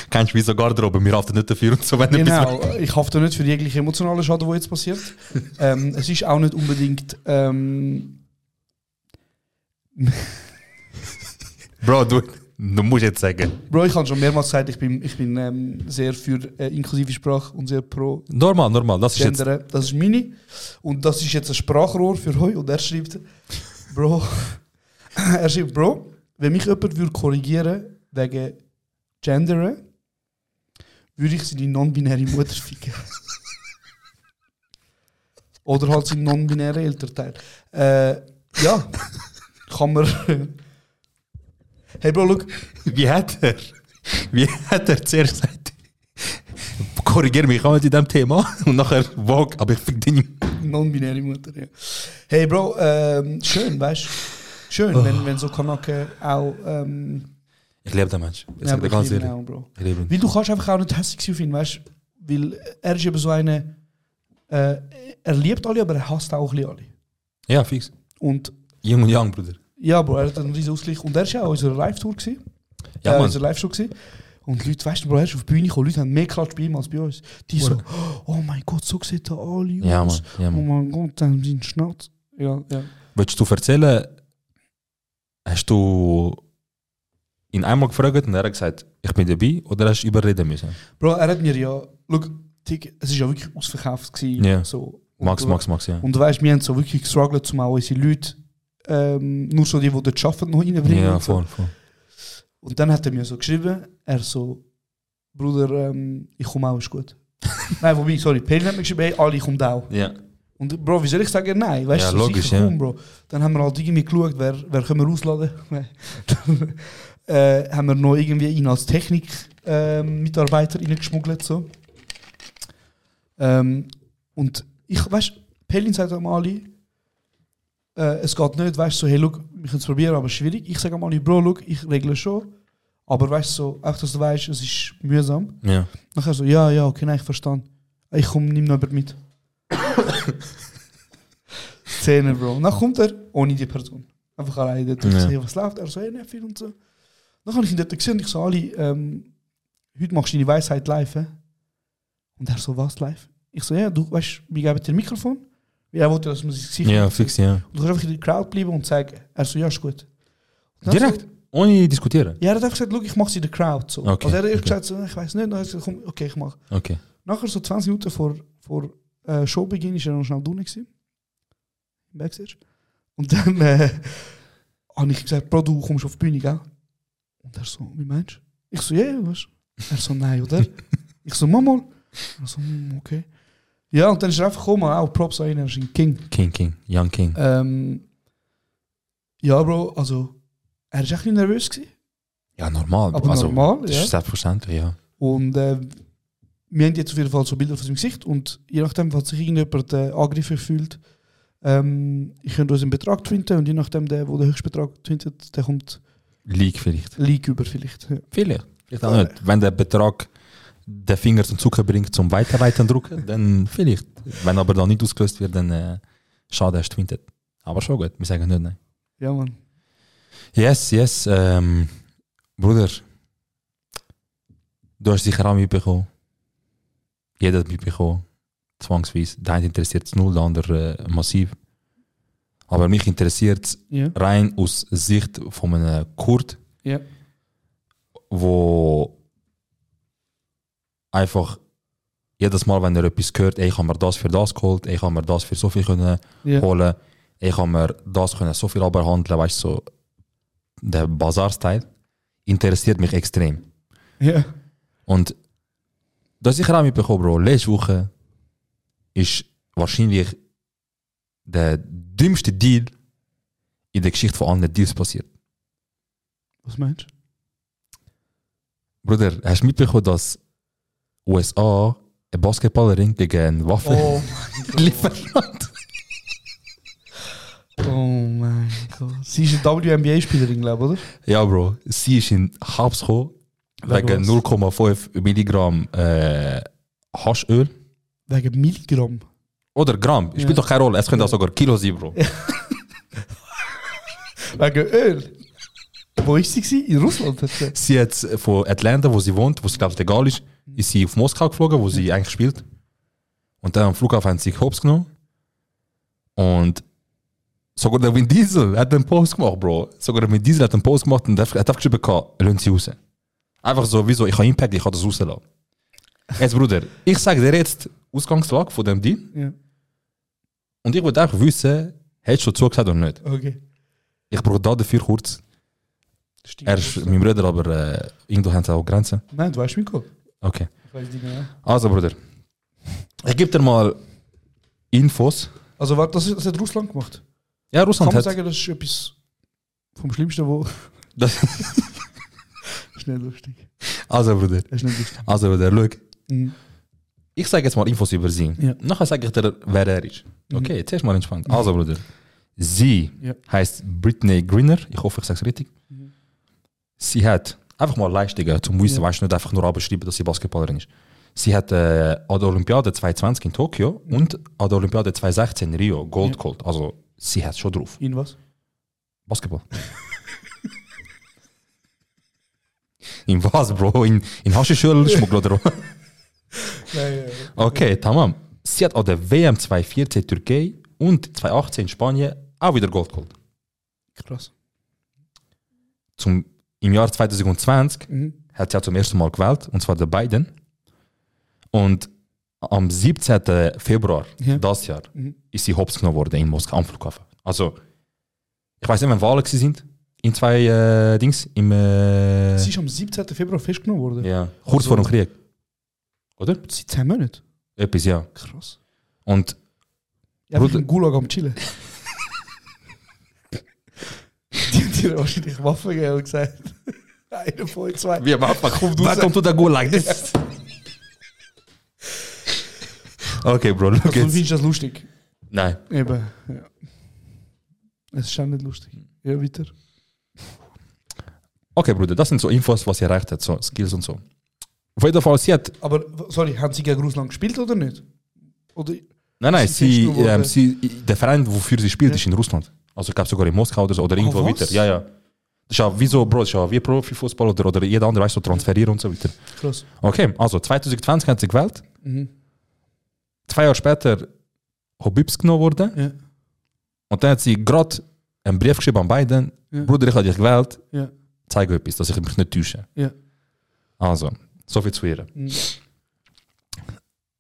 S1: Kennst du wie so Garderobe? Wir haften nicht dafür und so, wenn
S2: genau, ich hoffe nicht für jegliche emotionale Schaden, der jetzt passiert. ähm, es ist auch nicht unbedingt. Ähm,
S1: Bro, du, du musst jetzt sagen.
S2: Bro, ich habe schon mehrmals gesagt, ich bin, ich bin ähm, sehr für äh, inklusive Sprache und sehr pro
S1: Normal, normal. Das ist jetzt.
S2: gendern. Das ist meine. Und das ist jetzt ein Sprachrohr für euch. Und er schreibt, Bro, er schreibt, Bro, wenn mich jemand würde korrigieren wegen Gendern, würde ich seine non-binäre Mutter ficken. Oder halt seinen non-binären Elternteil. Äh, ja, kann man. Hey Bro, look,
S1: Wie hat er? Wie hat er zuerst gesagt? Korrigiere mich auch nicht in diesem Thema. Und nachher, wow, aber ich fick dich nicht.
S2: Non-binäre Mutter, ja. Hey Bro, ähm, schön, weißt du? Schön, wenn,
S1: Oh.
S2: wenn so Kanaken auch. Ähm,
S1: Ich liebe den Mensch. Ich
S2: ja,
S1: sag dir ganz
S2: lieben
S1: ehrlich.
S2: auch, Bro.
S1: Ich liebe ihn.
S2: Weil du kannst einfach auch nicht hässlich sein auf ihn, weißt du? Weil er ist eben so eine. Äh, er liebt alle, aber er hasst auch ein bisschen alle.
S1: Ja, fix.
S2: Und
S1: Jung und Young, Bruder.
S2: ja, Bro, er hat einen riesen Ausgleich. Und er ist ja auch unsere Live-Tour gewesen.
S1: Ja,
S2: äh,
S1: Mann.
S2: unsere Live-Show gewesen. Und Leute, weißt du, Bro, er ist auf die Bühne gekommen, Leute haben mehr klatscht bei ihm als bei uns. Die so, oh mein Gott, so sieht er alle
S1: Ja,
S2: aus.
S1: Mann. Ja,
S2: Oh
S1: Mann.
S2: mein Gott, dann sind Schnauze. Ja, ja.
S1: Willst du erzählen, hast du ihn einmal gefragt und er hat gesagt, ich bin dabei oder hast du überreden müssen?
S2: Bro, er hat mir ja, look, Tick, es ist ja wirklich ausverkauft gewesen.
S1: Ja.
S2: So. Und
S1: Max,
S2: du-
S1: Max, Max, ja.
S2: Und du weißt, wir haben so wirklich gestruggelt, um auch unsere Leute, ähm, nur so die, die dort arbeiten, noch reinbringen.
S1: Ja,
S2: und, so.
S1: voll, voll.
S2: und dann hat er mir so geschrieben, er so, Bruder, ähm, ich komme auch, ist gut. nein, wobei, sorry, Pelin hat mir geschrieben, hey, Ali, ich komme auch.
S1: Ja.
S2: Und Bro, wie soll ich sagen, nein? Weißt
S1: Ja,
S2: du,
S1: logisch,
S2: sicher
S1: ja.
S2: komm, Bro. Dann haben wir halt irgendwie geschaut, wer, wer können wir ausladen. äh, haben wir noch irgendwie ihn als ehm, Technik-Mitarbeiter reingeschmuggelt. So. Ähm, und ich, weißt du, Pelin sagt am Ali, äh, es geht nicht, weißt du, so, hey, look, wir können es probieren, aber schwierig. Ich sage am Ali, Bro, look, ich regle schon. Aber weißt du, so, auch dass du weißt, es ist mühsam.
S1: ja.
S2: Nachher so, ja, ja, okay, nein, ich verstehe. Ich komme, nimm noch jemand mit. Nou, Szene, Bro. Und dann kommt er ohne Oh, die Person. Einfach alleine dort
S1: Ja.
S2: gesehen, was läuft. Er so, hey, eh, Neffi und so. Dann habe ich ihn dort gesehen und ich so, Ali, ähm, heute machst du deine Weisheit live. hä? Und er so, was live? Ich so, ja, du weißt, wir geben dir ein Mikrofon. Er wollte, dass man sich sicher
S1: Ja, fix, ja.
S2: Und du kannst einfach in der Crowd bleiben und sagen. Er so, ja, ist gut. Und dann
S1: Direkt,
S2: So,
S1: ohne diskutieren.
S2: ja, er hat einfach gesagt, schau, ich mach's in der Crowd. So.
S1: Okay,
S2: Also er eh, hat erst
S1: okay.
S2: gesagt, so, ich weiß nicht. Dann hat er gesagt, komm, okay, ich mach.
S1: Okay.
S2: Nachher, so 20 Minuten vor, vor äh, Showbeginn, war er noch schnell drinnen. gewesen. Im Backstage. Und dann äh, habe ich gesagt, Bro, du kommst auf die Bühne, gell? Und er so, wie meinst du? Ich so, ja, ja, weißt du? Er so, nein, oder? ich so, Mama. Er so, hm, okay. Ja, und dann ist er einfach gekommen, auch Props an ihn, er ist ein King.
S1: King, King, Young King.
S2: Ähm, ja, Bro, also, er war echt nervös. Gewesen.
S1: Ja, normal.
S2: aber
S1: also,
S2: normal,
S1: das ist
S2: ja.
S1: selbstverständlich, ja.
S2: Und äh, wir haben jetzt auf jeden Fall so Bilder von seinem Gesicht. Und je nachdem, falls sich irgendjemand äh, angegriffen fühlt, ähm, ich könnte uns einen Betrag twinten. Und je nachdem, der, der den höchsten Betrag twintet, der kommt
S1: League vielleicht.
S2: League über vielleicht. Ja.
S1: Vielleicht. vielleicht auch nicht. Wenn der Betrag den Finger zum Zucker bringt, zum Weiterleiten drücken, dann vielleicht. Wenn aber dann nicht ausgelöst wird, dann äh, schade, hast du gewinnt. Aber schon gut, wir sagen nicht nein.
S2: ja, Mann.
S1: Yes, yes. Ähm, Bruder, du hast sicher auch mitbekommen. Jeder hat mitbekommen. Zwangsweise. Der eine interessiert es null, der andere äh, massiv. Aber mich interessiert es
S2: Ja.
S1: rein aus Sicht von einem Kurt,
S2: Ja.
S1: wo einfach jedes Mal, wenn er etwas hört, ey, ich habe mir das für das geholt, ey, ich habe mir das für so viel können
S2: Ja.
S1: holen, ich habe mir das können so viel abhandeln, weißt du, so der Bazar-Style interessiert mich extrem.
S2: ja.
S1: Und das ich auch mitbekommen, Bro. Letzte Woche ist wahrscheinlich der dümmste Deal in der Geschichte von allen Deals passiert.
S2: Was meinst du?
S1: Bruder, hast du mitbekommen, dass USA eine Basketballerin gegen eine Waffe
S2: Oh
S1: geliefert hat?
S2: mein, oh mein Gott. Sie ist eine WNBA-Spielerin, glaube ich, oder?
S1: Ja, Bro, sie ist in Habs gekommen
S2: Wegen
S1: wegen
S2: was?
S1: 0,5 Milligramm äh, Haschöl.
S2: Wegen Milligramm.
S1: Oder Gramm, spielt
S2: Ja.
S1: doch keine Rolle. Es könnte auch sogar Kilo sein, Bro.
S2: Wegen Öl. Wo war sie? gewesen? In Russland. hat sie-
S1: Sie hat äh, von Atlanta, wo sie wohnt, wo es glaube ich legal ist, ist sie auf Moskau geflogen, wo sie eigentlich spielt. Und dann am Flughafen haben sie sich Hops genommen. Und sogar der Vin Diesel hat einen Post gemacht, Bro. Sogar der Vin Diesel hat einen Post gemacht und hat hat einfach geschrieben, gehabt, lassen sie raus. Einfach so, wieso, ich habe Impact, ich kann das rauslassen. Jetzt, Bruder, ich sage dir jetzt Ausgangslage von dem Deal
S2: Ja.
S1: und ich würde einfach wissen, hättest du zugesagt oder nicht.
S2: Okay.
S1: Ich brauche da dafür kurz. Er ist mein Bruder, aber äh, irgendwo haben sie auch Grenzen.
S2: Nein, du weißt mich gut.
S1: Okay.
S2: Ich weiß nicht genau.
S1: Also, Bruder, ich gebe dir mal Infos.
S2: Also, warte, das, das hat Russland gemacht.
S1: Ja,
S2: Kann
S1: Russland
S2: man
S1: hat.
S2: sagen, das ist etwas vom Schlimmsten, wo.
S1: Das,
S2: ist nicht lustig.
S1: also, Bruder,
S2: Das ist nicht lustig.
S1: also, Bruder, schau.
S2: Mhm.
S1: Ich sage jetzt mal Infos über sie.
S2: Ja. Mhm.
S1: Nachher sage ich dir, wer er ist. Okay, jetzt ist mal entspannt. Also, Bruder, sie
S2: Ja.
S1: heißt Britney Greener. Ich hoffe, ich sage es richtig. Sie hat einfach mal Leistungen zum Wissen, weißt du, nicht einfach nur abschreiben, dass sie Basketballerin ist. Sie hat äh, an der Olympiade 2020 in Tokio und an der Olympiade 2016 in Rio Gold
S2: Ja.
S1: geholt. Also, sie hat schon drauf.
S2: In was?
S1: Basketball. in was, Bro? In, in Haschischöl-Schmuggel oder was?
S2: Ja, ja,
S1: Okay, tamam. Sie hat an der WM 2014 Türkei und 2018 in Spanien auch wieder Gold geholt.
S2: Krass.
S1: Zum, Im Jahr 2020
S2: Mhm.
S1: hat sie ja zum ersten Mal gewählt, und zwar der Biden. Und am 17. Februar
S2: Ja.
S1: das Jahr
S2: Mhm.
S1: ist sie hops genommen worden in Moskau am Flughafen. Also, ich weiß nicht, wann Wahlen gewesen sind. In zwei äh, Dings, im. Äh,
S2: Sie ist am 17. Februar festgenommen worden.
S1: Ja, kurz vor dem Krieg. Oder?
S2: Seit 10 Monaten.
S1: Etwas, ja.
S2: Krass.
S1: Und
S2: Ja, ich
S1: Bruder-
S2: im Gulag am Chillen. die haben dir wahrscheinlich Waffen gegeben und gesagt. Eine von euch zwei.
S1: wie am Anfang, kommt
S2: raus.
S1: Welcome to the Gulag. This. okay, Bro, look
S2: Also, du
S1: jetzt.
S2: findest das lustig.
S1: Nein.
S2: Eben, ja. Es ist auch nicht lustig.
S1: Mhm.
S2: Ja, weiter.
S1: Okay, Bruder, das sind so Infos, was sie erreicht hat, so Skills und so. Auf jeden Fall, sie hat.
S2: Aber, w- sorry, haben sie gegen Russland gespielt oder nicht? Oder.
S1: Nein, nein,
S2: Sie ist
S1: sie,
S2: nur
S1: ähm,
S2: wurde-
S1: sie, der Verein, wofür sie spielt, ist in Russland. Also ich glaube sogar in Moskau oder so oder irgendwo
S2: was?
S1: weiter. Ja, ja. Das ist ja wie so, Bro, das ist ja wie Profifußball oder, oder jeder andere, weißt du, so transferieren und so weiter.
S2: Krass.
S1: Okay, also 2020 hat sie gewählt.
S2: Mhm.
S1: Zwei Jahre später Habibs genommen worden.
S2: Ja.
S1: Und dann hat sie gerade einen Brief geschrieben an Biden.
S2: Ja.
S1: Bruder, ich habe dich gewählt.
S2: Ja.
S1: Zeig etwas, dass ich mich nicht täusche.
S2: Ja.
S1: Also, soviel zu ihr.
S2: Mhm.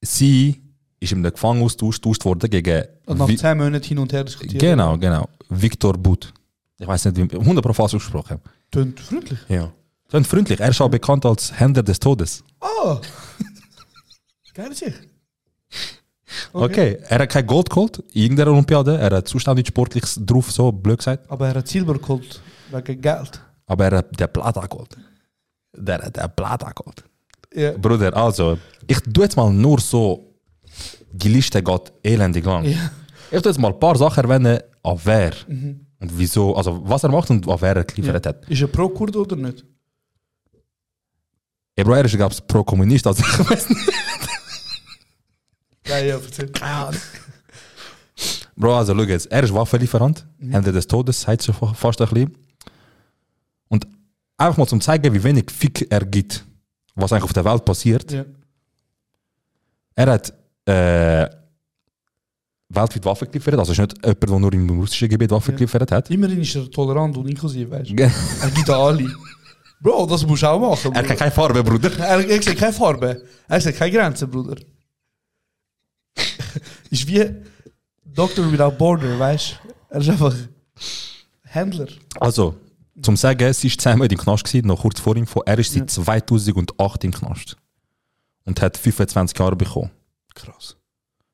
S1: Sie ist in der Gefangenen getauscht worden gegen...
S2: Und nach
S1: Vi-
S2: zehn Monaten hin und her diskutiert.
S1: genau, genau. Viktor Bout. Ich weiß nicht, wie... 100 Pro falsch ausgesprochen.
S2: Tönt freundlich.
S1: Ja. Dann freundlich. Er ist auch bekannt als Händler des Todes.
S2: Ah! Geil ist ich.
S1: Okay. er hat kein Gold geholt in irgendeiner Olympiade. Er hat zuständig sportlich drauf, so blöd gesagt.
S2: Aber er hat Silber geholt, wegen Geld.
S1: Aber er hat den Plata geholt. Der hat den Plata geholt.
S2: Ja.
S1: Bruder, also, ich tue jetzt mal nur so, die Liste geht elendig lang.
S2: Ja.
S1: Ich tue jetzt mal ein paar Sachen erwähnen, an wer und wieso, also was er macht und an wer er geliefert hat.
S2: Ist er pro Kurd oder nicht?
S1: Ey, Bro, er ist, glaube ich, pro-Kommunist, also ich weiß nicht.
S2: Ja, Ah, ja, erzähl.
S1: Bro, also schau jetzt, er ist Waffenlieferant,
S2: Mhm.
S1: Ende des Todes, seit so fa- fast ein bisschen. Und einfach mal zum zeigen, wie wenig Fick er gibt, was eigentlich auf der Welt passiert.
S2: Ja.
S1: Er hat äh, weltweit Waffen geliefert, also ist nicht jemand, der nur im russischen Gebiet Waffen
S2: Ja.
S1: geliefert hat.
S2: Immerhin ist er tolerant und inklusiv, weißt du? Er gibt an alle. Bro, das musst du auch machen.
S1: Er
S2: Bruder.
S1: hat keine Farbe, Bruder.
S2: Er, er sieht keine Farbe. Er sieht keine Grenzen, Bruder. ist wie Doctor Without Border, weißt du? Er ist einfach Händler.
S1: Also, zum Sagen, sie ist zehnmal im Knast gewesen, noch kurz vor ihm. Von, er ist seit 2008 im Knast. Und hat 25 Jahre bekommen.
S2: Krass.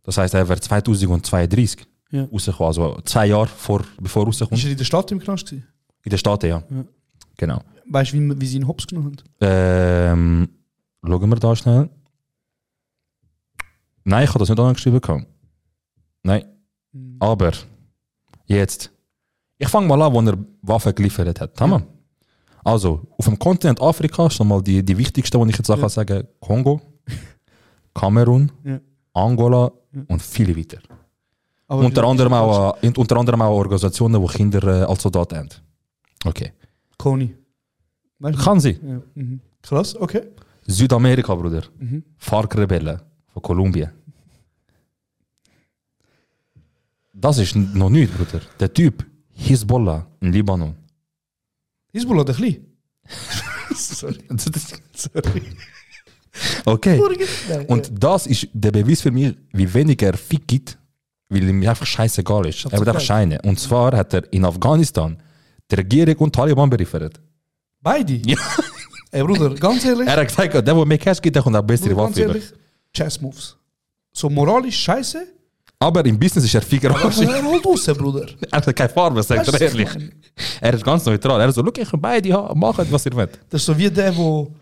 S1: Das heißt, er wäre 2032
S2: Ja.
S1: rausgekommen. Also, zwei Jahre vor, bevor er
S2: Ist
S1: rauskommt.
S2: er in der Stadt im Knast gewesen?
S1: In den Staaten, ja.
S2: Ja.
S1: Genau.
S2: Weißt du, wie, wie sie ihn hops genommen haben?
S1: Ähm, schauen wir da schnell. Nein, ich habe das nicht angeschrieben. gehabt. Nein.
S2: Hm.
S1: Aber jetzt. Ich fange mal an, wo er Waffen geliefert hat. Tamam. Also, auf dem Kontinent Afrika schon mal die, die wichtigsten, die ich jetzt auch
S2: Ja.
S1: kann sagen Kongo, Kamerun,
S2: Ja.
S1: Angola und viele weiter.
S2: Aber
S1: Unter anderem, auch, äh, unter anderem auch Organisationen, die Kinder äh, als Soldaten haben. Okay.
S2: Kony. Weißt du?
S1: Kann sie.
S2: Ja. Mhm. Krass, okay.
S1: Südamerika, Bruder.
S2: Mhm.
S1: FARC-Rebellen von Kolumbien. Das ist n- noch nicht, Bruder. Der Typ, Hezbollah in Libanon.
S2: Hezbollah, der Klein. Sorry.
S1: Das ist-
S2: Sorry.
S1: Okay.
S2: Nein,
S1: Und das ist der Beweis für mich, wie wenig er fick gibt, weil ihm einfach scheißegal ist.
S2: Hat's
S1: Er will einfach
S2: gesagt.
S1: scheinen. Und zwar hat er in Afghanistan die Regierung und Taliban beriefert.
S2: Beide?
S1: Ja.
S2: Ey Bruder, ganz ehrlich.
S1: Er hat gesagt, der, der mehr Cash gibt, der kommt auch bessere
S2: Bruder, ganz
S1: Waffe über.
S2: ehrlich. Chess Moves. So moralisch scheiße.
S1: Aber im Business ist er Ficker.
S2: Aber er holt raus, Bruder.
S1: Er hat keine Farbe, sagt
S2: Weißt
S1: er
S2: du, was ich
S1: ehrlich. Er ist ganz neutral. Er ist so, schau, ich kann beide haben, macht, was ihr wollt.
S2: Das ist so wie der, wo,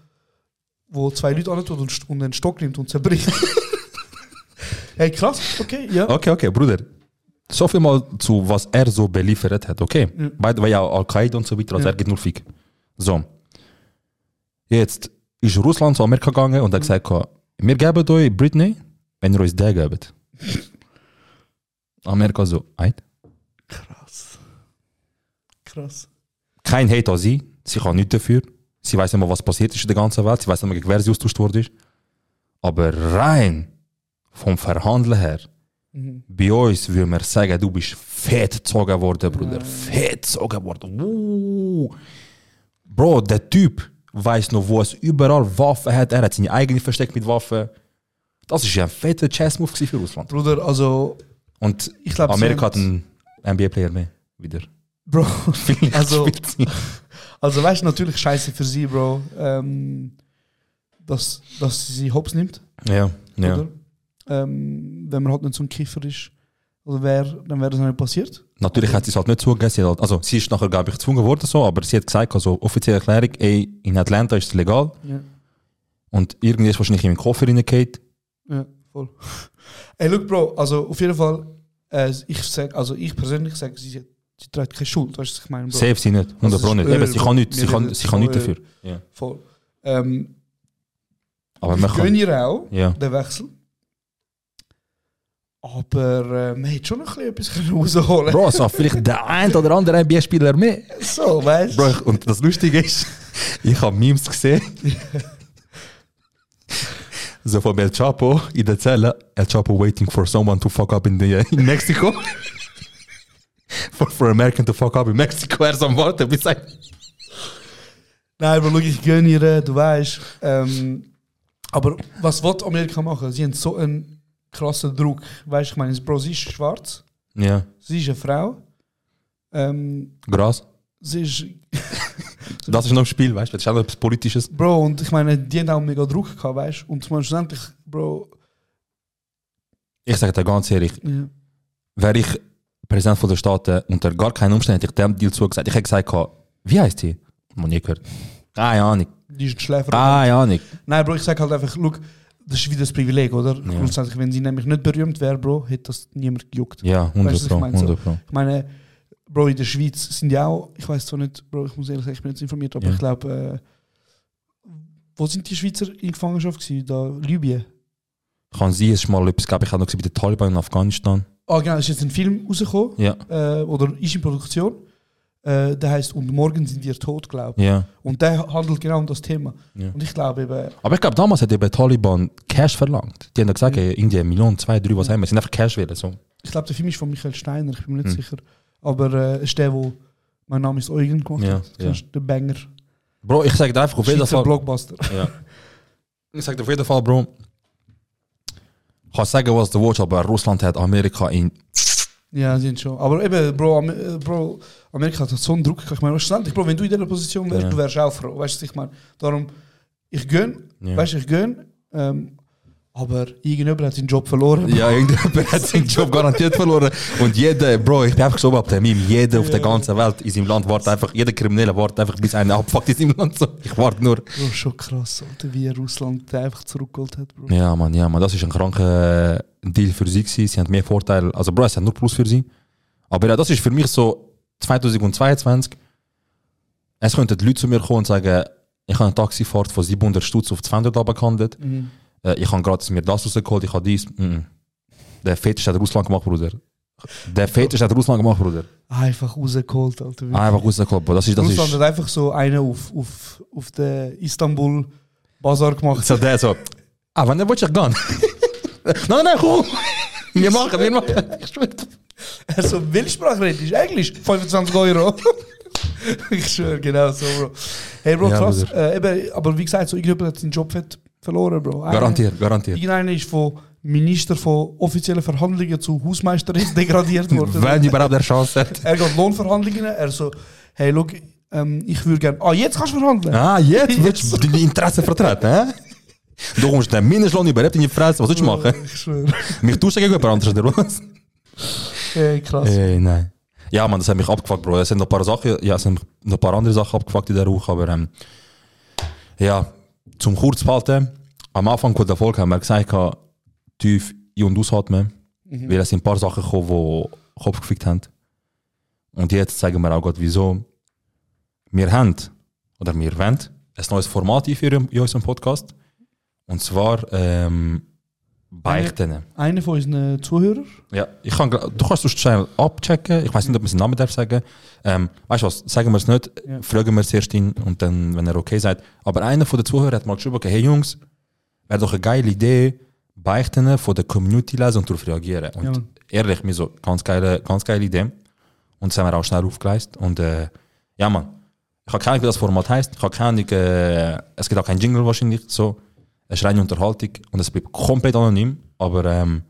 S2: wo zwei Leute antut und, st- und einen Stock nimmt und zerbricht. Ey, krass. Okay, ja.
S1: Okay, okay, Bruder. So viel mal zu, was er so beliefert hat, okay? Beide war ja Al-Qaida und so weiter, also
S2: Ja.
S1: er geht nur Fick. So. Jetzt ist Russland zu Amerika gegangen und hat gesagt, wir geben euch Britney, wenn ihr uns den gebt. Amerika so, ein.
S2: Krass.
S1: Kein Hate an sie, sie kann nichts dafür. Sie weiß nicht mal, was passiert ist in der ganzen Welt, sie weiß nicht mal, gegen wer sie austauscht worden ist. Aber rein vom Verhandeln her, bei uns würde man sagen, du bist fett gezogen worden, Bruder. Fett gezogen worden. Uh. Bro, der Typ weiß noch, wo es überall Waffen hat. Er hat seine eigene versteckt mit Waffen. Das ist ja ein fetter Chess-Move gewesen für Russland.
S2: Bruder, also,
S1: Und
S2: Ich glaub, sie
S1: Amerika hat
S2: haben-
S1: einen NBA-Player mehr. Wieder.
S2: Bro,
S1: Vielleicht
S2: Also-
S1: spielt sie.
S2: also weißt du, natürlich scheiße für sie, Bro, ähm, dass, dass sie sie hops nimmt.
S1: Ja, ja.
S2: Oder? Ähm, wenn man halt nicht so ein Kiffer ist, oder wär, dann wäre das nicht passiert.
S1: Natürlich hat sie es halt nicht zugegeben. Sie hat halt, also, sie ist nachher, glaube ich, gezwungen worden, so, aber sie hat gesagt, also offizielle Erklärung, ey, in Atlanta ist es legal.
S2: Ja.
S1: Und irgendwie ist wahrscheinlich in den Koffer reingekommen.
S2: Ja, voll. Ey, look, Bro, also auf jeden Fall, äh, ich sag, also ich persönlich sage, sie, sie trägt keine Schuld, weißt du, was ich meine? Bro?
S1: Safe sie nicht. 100 Pro
S2: ist
S1: nicht.
S2: Öl,
S1: Eben, sie kann nichts, sie
S2: wir
S1: kann,
S2: reden
S1: sie kann nichts
S2: von Öl.
S1: dafür. Ja.
S2: Voll. Ähm,
S1: Aber
S2: ich
S1: man
S2: gönne
S1: kann.
S2: ihr auch
S1: Ja.
S2: den Wechsel. Aber äh, man hätte schon noch ein bisschen etwas rausholen können.
S1: Bro, so vielleicht der ein oder andere NBA-Spieler mehr.
S2: So, weißt
S1: Bro, ich- und das Lustige ist, ich habe Memes gesehen. so von El Chapo in der Zelle. El Chapo waiting for someone to fuck up in, the, in Mexico. for, for American to fuck up in Mexico. Er ist am Warten bis ein...
S2: Nein, aber schau, ich gönne ihr, äh, du weißt. Ähm, aber was will Amerika machen? Sie haben so einen krassen Druck. Weißt du, ich meine, Bro, sie ist schwarz,
S1: Ja.
S2: sie ist eine Frau. Ähm,
S1: Gras.
S2: sie ist.
S1: Das ist noch ein Spiel, weißt du? Das ist auch noch etwas Politisches.
S2: Bro, und ich meine, die haben auch mega Druck gehabt, weißt du? Und zum Beispiel, schlussendlich, Bro.
S1: Ich sage dir ganz ehrlich,
S2: Ja.
S1: wäre ich Präsident von der Staaten unter gar keinen Umständen hätte ich dem Deal zugesagt. Ich hätte gesagt, wie heißt die? Noch nie gehört. Keine Ahnung.
S2: Die ist ein Schläfer.
S1: Keine Ahnung.
S2: Nein, Bro, ich sage halt einfach, schau, das ist wieder das Privileg, oder? Grundsätzlich, wenn sie nämlich nicht berühmt wäre, Bro, hätte das niemand gejuckt.
S1: Ja, 100
S2: Weißt du,
S1: Pro.
S2: was ich meine? So.
S1: 100 Pro.
S2: Ich meine, Bro, in der Schweiz sind ja auch, ich weiß zwar nicht, Bro, ich muss ehrlich sagen, ich bin jetzt informiert, aber
S1: Ja.
S2: ich glaube, äh, wo sind die Schweizer in Gefangenschaft gewesen? Da, Libyen.
S1: Kann sein, es ist mal etwas gegeben. Ich habe noch gesehen bei den Taliban in Afghanistan.
S2: Ah, genau, ist jetzt ein Film rausgekommen,
S1: Ja.
S2: äh, oder ist in Produktion, äh, der heißt Und morgen sind wir tot, glaube ich.
S1: Ja.
S2: Und der handelt genau um das Thema.
S1: Ja.
S2: Und ich glaube eben,
S1: Aber ich glaube, damals hat eben die Taliban Cash verlangt. Die haben gesagt, ey, irgendwie eine Million, zwei, drei, was haben wir. Sie sind einfach Cash wählen. So.
S2: ich glaube, der Film ist von Michael Steiner, ich bin mir nicht
S1: Hm.
S2: sicher. Aber äh, es ist der, wo mein Name ist Eugen gemacht
S1: Ja,
S2: hat. Kennst du? Der Banger.
S1: Bro, ich sage dir einfach auf jeden
S2: Schweizer
S1: Fall.
S2: Blockbuster.
S1: Ja. Ich sage dir auf jeden Fall, Bro. Ich kann sagen, was du willst, aber Russland hat Amerika in.
S2: Ja, sind schon. Aber eben, Bro, Am äh, Bro Amerika hat so einen Druck. gehabt. Ich meine, schlussendlich, Bro, wenn du in dieser Position wärst,
S1: Ja.
S2: du wärst auch froh. Weißt du, ich meine, darum, ich gönn,
S1: Ja.
S2: weißt du, ich gönn, ähm, aber irgendjemand hat seinen Job verloren.
S1: Ja, irgendjemand hat seinen Job garantiert verloren. Und jeder, Bro, ich bin einfach so ab dem Meme. Jeder auf der ganzen Welt in seinem Land wartet einfach, jeder Kriminelle wartet einfach, bis einer abfuckt in seinem Land. So. Ich warte nur.
S2: Bro, schon krass, Alter, wie Russland den einfach zurückgeholt hat, Bro.
S1: Ja, Mann, ja, Mann, das ist ein kranker äh, Deal für sie. Gewesen. Sie haben mehr Vorteile. Also, Bro, es hat nur Plus für sie. Aber ja, das ist für mich so 2022. Es könnten die Leute zu mir kommen und sagen, ich habe eine Taxifahrt von 700 Stutz auf 200 abgehandelt.
S2: Mhm.
S1: Äh, ich habe gratis mir das rausgeholt, ich habe dies. Mhm. Der Fetisch hat Russland gemacht, Bruder. Der Fetisch hat Russland gemacht, Bruder.
S2: Einfach rausgeholt, Alter. wirklich.
S1: Einfach rausgeholt, Bro. Das ist, das
S2: Russland
S1: ist.
S2: hat einfach so einen auf, auf, auf den Istanbul-Bazar gemacht.
S1: So, der so. Ah, wann willst du dich gehen? nein, nein, komm. Wir machen, wir machen. Ich schwöre.
S2: Also, welche Sprache redest du? Englisch? 25 Euro. ich schwöre, genau so, Bro. Hey, Bro,
S1: Ja,
S2: krass. Äh, eben, aber wie gesagt, so irgendjemand hat seinen Job fett verloren, Bro. Einer-
S1: Garantiert, garantiert.
S2: Irgendeiner ist von Minister von offiziellen Verhandlungen zu Hausmeister ist degradiert worden.
S1: Wenn überhaupt der Chance hat.
S2: Er geht Lohnverhandlungen, er so, hey, look, ähm, ich würde gerne. Ah, jetzt kannst du verhandeln.
S1: Ah, jetzt
S2: Yes.
S1: willst du deine Interessen vertreten, hä? Du kommst den Mindestlohn überhaupt in die Fresse. Was willst du machen?
S2: Ich schwöre.
S1: Mich tauschen gegen jemand anderes, oder was?
S2: Hey, krass.
S1: Ey, nein. Ja, man, das hat mich abgefuckt, Bro. Es sind noch ein paar Sachen, ja, es sind noch ein paar andere Sachen abgefuckt in der Woche, aber ähm, ja, zum kurz zu behalten. Am Anfang von der Folge haben wir gesagt, ha, tief ein- und ausatmen, weil es sind ein paar Sachen gekommen, die Kopf gefickt haben. Und jetzt zeigen wir auch gerade, wieso. Wir haben, oder wir wollen, ein neues Format einführen in unserem Podcast. Und zwar ähm, Beichten.
S2: Einer von unseren Zuhörern.
S1: Ja, ich kann, gra- du kannst sonst schnell abchecken. Ich weiß nicht, ob man seinen Namen darf sagen. Ähm, weißt du was, sagen wir es nicht,
S2: Ja.
S1: fragen wir es erst ihn und dann, wenn er okay sagt. Aber einer von den Zuhörern hat mal geschrieben, okay, hey Jungs, wäre doch eine geile Idee, Beichten von der Community lesen und darauf reagieren. Und
S2: Ja, Mann.
S1: ehrlich, mir so, ganz geile, ganz geile Idee. Und das haben wir auch schnell aufgeleistet. Und äh, ja, Mann, ich habe keine Ahnung, wie das Format heißt. Ich habe keine Ahnung, äh, es gibt auch keinen Jingle wahrscheinlich. So. Es ist reine Unterhaltung und es bleibt komplett anonym. Aber ähm,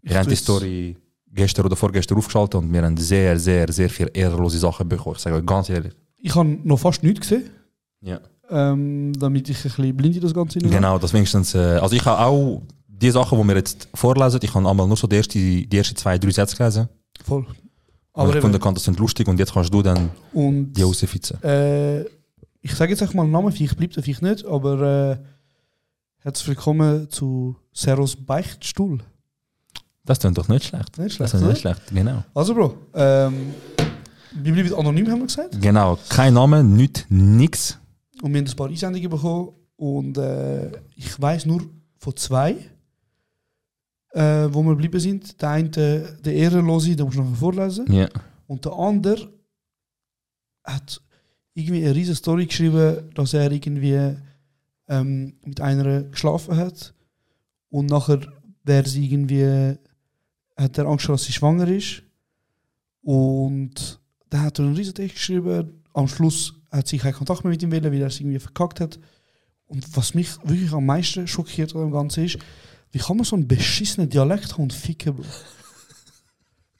S1: wir haben die
S2: tu's.
S1: Story gestern oder vorgestern aufgeschaltet und wir haben sehr, sehr, sehr viel ehrlose Sachen bekommen. Ich sage euch ganz ehrlich.
S2: Ich habe noch fast nichts gesehen,
S1: Ja.
S2: ähm, damit ich ein bisschen blind in das Ganze hinein-
S1: Genau, das wenigstens. Äh, also ich habe auch die Sachen, die wir jetzt vorlesen, ich habe einmal nur so die ersten die erste zwei, drei Sätze gelesen.
S2: Voll.
S1: Aber ich
S2: eben-
S1: fand, das sind lustig und jetzt kannst du dann
S2: Und
S1: die rausfitzen.
S2: äh, ich sage jetzt auch mal einen Namen, vielleicht bleibt er, vielleicht nicht, aber äh, herzlich willkommen zu Seros Beichtstuhl.
S1: Das klingt doch nicht schlecht.
S2: Nicht
S1: Das
S2: schlecht,
S1: ist
S2: oder?
S1: nicht schlecht, genau.
S2: Also Bro, ähm, wir bleiben anonym, haben wir gesagt.
S1: Genau, kein Name, nichts, nix.
S2: Und wir haben ein paar Einsendungen bekommen und äh, ich weiß nur von zwei. äh, wo wir geblieben sind. Der eine, der, der Ehrenlose, den musst du nachher vorlesen.
S1: Ja.
S2: Und der andere hat irgendwie eine riesige Story geschrieben, dass er irgendwie ähm, mit einer geschlafen hat. Und nachher wäre sie irgendwie, hat er Angst, gehabt, dass sie schwanger ist. Und dann hat er einen riesen Text geschrieben. Am Schluss hat sie keinen Kontakt mehr mit ihm wollen, weil er es irgendwie verkackt hat. Und was mich wirklich am meisten schockiert an dem Ganzen ist, wie kann man so einen beschissenen Dialekt haben und ficken, Bro?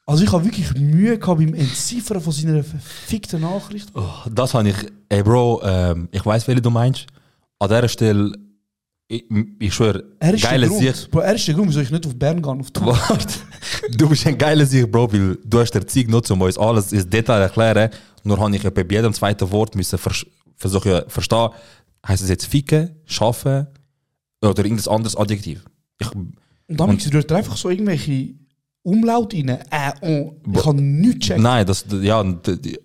S2: Also ich habe wirklich Mühe gehabt beim Entziffern von seiner verfickten Nachricht.
S1: Oh, das habe ich, ey Bro, ähm, ich weiß, welche du meinst. An dieser Stelle, ich, ich schwöre,
S2: Er ist
S1: geiler
S2: der Grund,
S1: Sieg.
S2: Bro, er ist der Grund, wieso ich nicht auf Bern gehe, auf Tour.
S1: Warte, du bist ein geiler Sieg, Bro, weil du hast der Zieg nutzen uns alles ins Detail erklären. Nur habe ich etwa bei jedem zweiten Wort müssen vers versuchen ja, verstehen, heißt es jetzt ficken, schaffen oder irgendein anderes Adjektiv. Ich,
S2: Und dann sie dort einfach so irgendwelche Umlaut rein. Äh, oh. Ich kann nichts checken.
S1: nein, das, ja, d- d-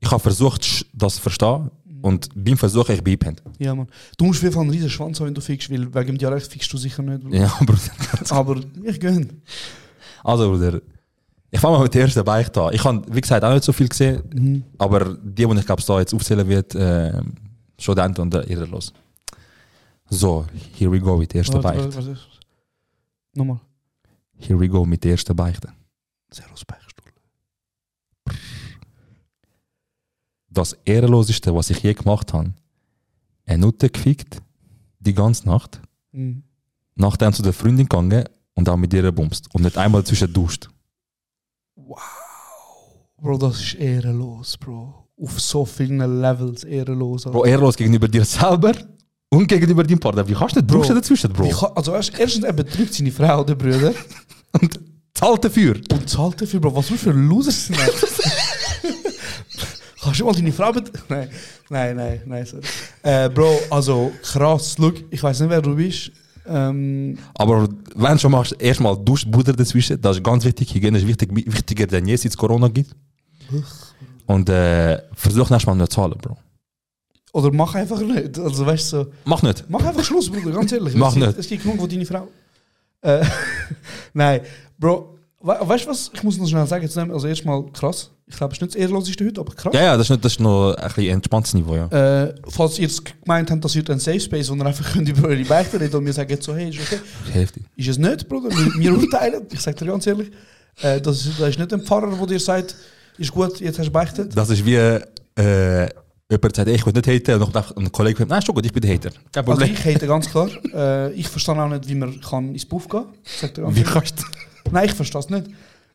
S1: ich habe versucht, sch- das zu verstehen und beim Versuch, ich bin eingepennt.
S2: Ja, Mann. Du musst auf jeden Fall einen riesen Schwanz haben, wenn du fickst, weil wegen dem Dialekt fickst du sicher nicht. Bro.
S1: Ja, Bruder.
S2: Aber ich gönn.
S1: Also, Bruder, ich fange mal mit der ersten Beicht an. Ich habe, wie gesagt, auch nicht so viel gesehen,
S2: Mhm.
S1: aber die, die ich glaube, da jetzt aufzählen wird, äh, Studenten und äh, Irrlos. So, here we go mit der ersten
S2: Warte,
S1: Beicht.
S2: warte, warte. Nochmal.
S1: Here we go mit der ersten Beichte.
S2: Servus Beichtstuhl.
S1: Das Ehrenloseste, was ich je gemacht habe, eine Nutte gefickt, die ganze Nacht,
S2: Mhm.
S1: nachdem zu der Freundin gegangen und dann mit ihr bumst und nicht einmal zwischen duscht.
S2: Bro, das ist ehrenlos, Bro. Auf so vielen Levels ehrenlos. Alter.
S1: Bro, ehrenlos gegenüber dir selber und gegenüber deinem Partner. Wie kannst du nicht duschen dazwischen, Bro?
S2: Wie kann- also erst, erstens, er betrügt seine Frau, der Brüder.
S1: Zahlt dafür!
S2: Und zahlt dafür, Bro. Was wir für Loser sind. Alter. Kannst du mal deine Frau bet... Nein, nein, nein, nein, sorry. Äh, Bro, also krass. Look, ich weiß nicht, wer du bist. Ähm,
S1: Aber wenn du schon machst, erstmal Duschbuder dazwischen, das ist ganz wichtig. Hygiene ist wichtig, wichtiger denn je, seit es Corona gibt. Und äh, versuch erstmal nicht zu zahlen, Bro.
S2: oder mach einfach nicht. Also weißt du, so,
S1: Mach nicht.
S2: mach einfach Schluss, Bruder, ganz ehrlich.
S1: Mach
S2: es, gibt-
S1: nicht.
S2: Es gibt genug, wo deine Frau... Äh, nein, Bro, we weißt du was? Ich muss noch schnell sagen, jetzt nehmen, also erstmal krass. Ich glaube, es ist nicht das Ehrloseste heute, aber krass.
S1: Ja, ja, das ist, nicht, das ist noch ein bisschen entspanntes Niveau, ja.
S2: Äh, falls ihr jetzt gemeint habt, das wird ein Safe Space, wo ihr einfach könnt über eure Beichte reden und mir sagt jetzt so, hey, ist okay.
S1: Heftig.
S2: Ist es nicht, Bruder? Wir, wir urteilen, ich sage dir ganz ehrlich, äh, das, ist, das ist nicht ein Pfarrer, der dir sagt, ist gut, jetzt hast du beichtet.
S1: Das ist wie, äh, jemand sagt, ey, ich will nicht haten, und dann kommt ein Kollege kommt, nein, ist schon gut, ich bin der Hater. Kein
S2: Also
S1: Problem.
S2: ich hätte ganz klar, äh, ich verstehe auch nicht, wie man kann ins Puff gehen kann. Sag dir ganz
S1: wie
S2: ehrlich.
S1: kannst
S2: Nein, ich verstehe es nicht.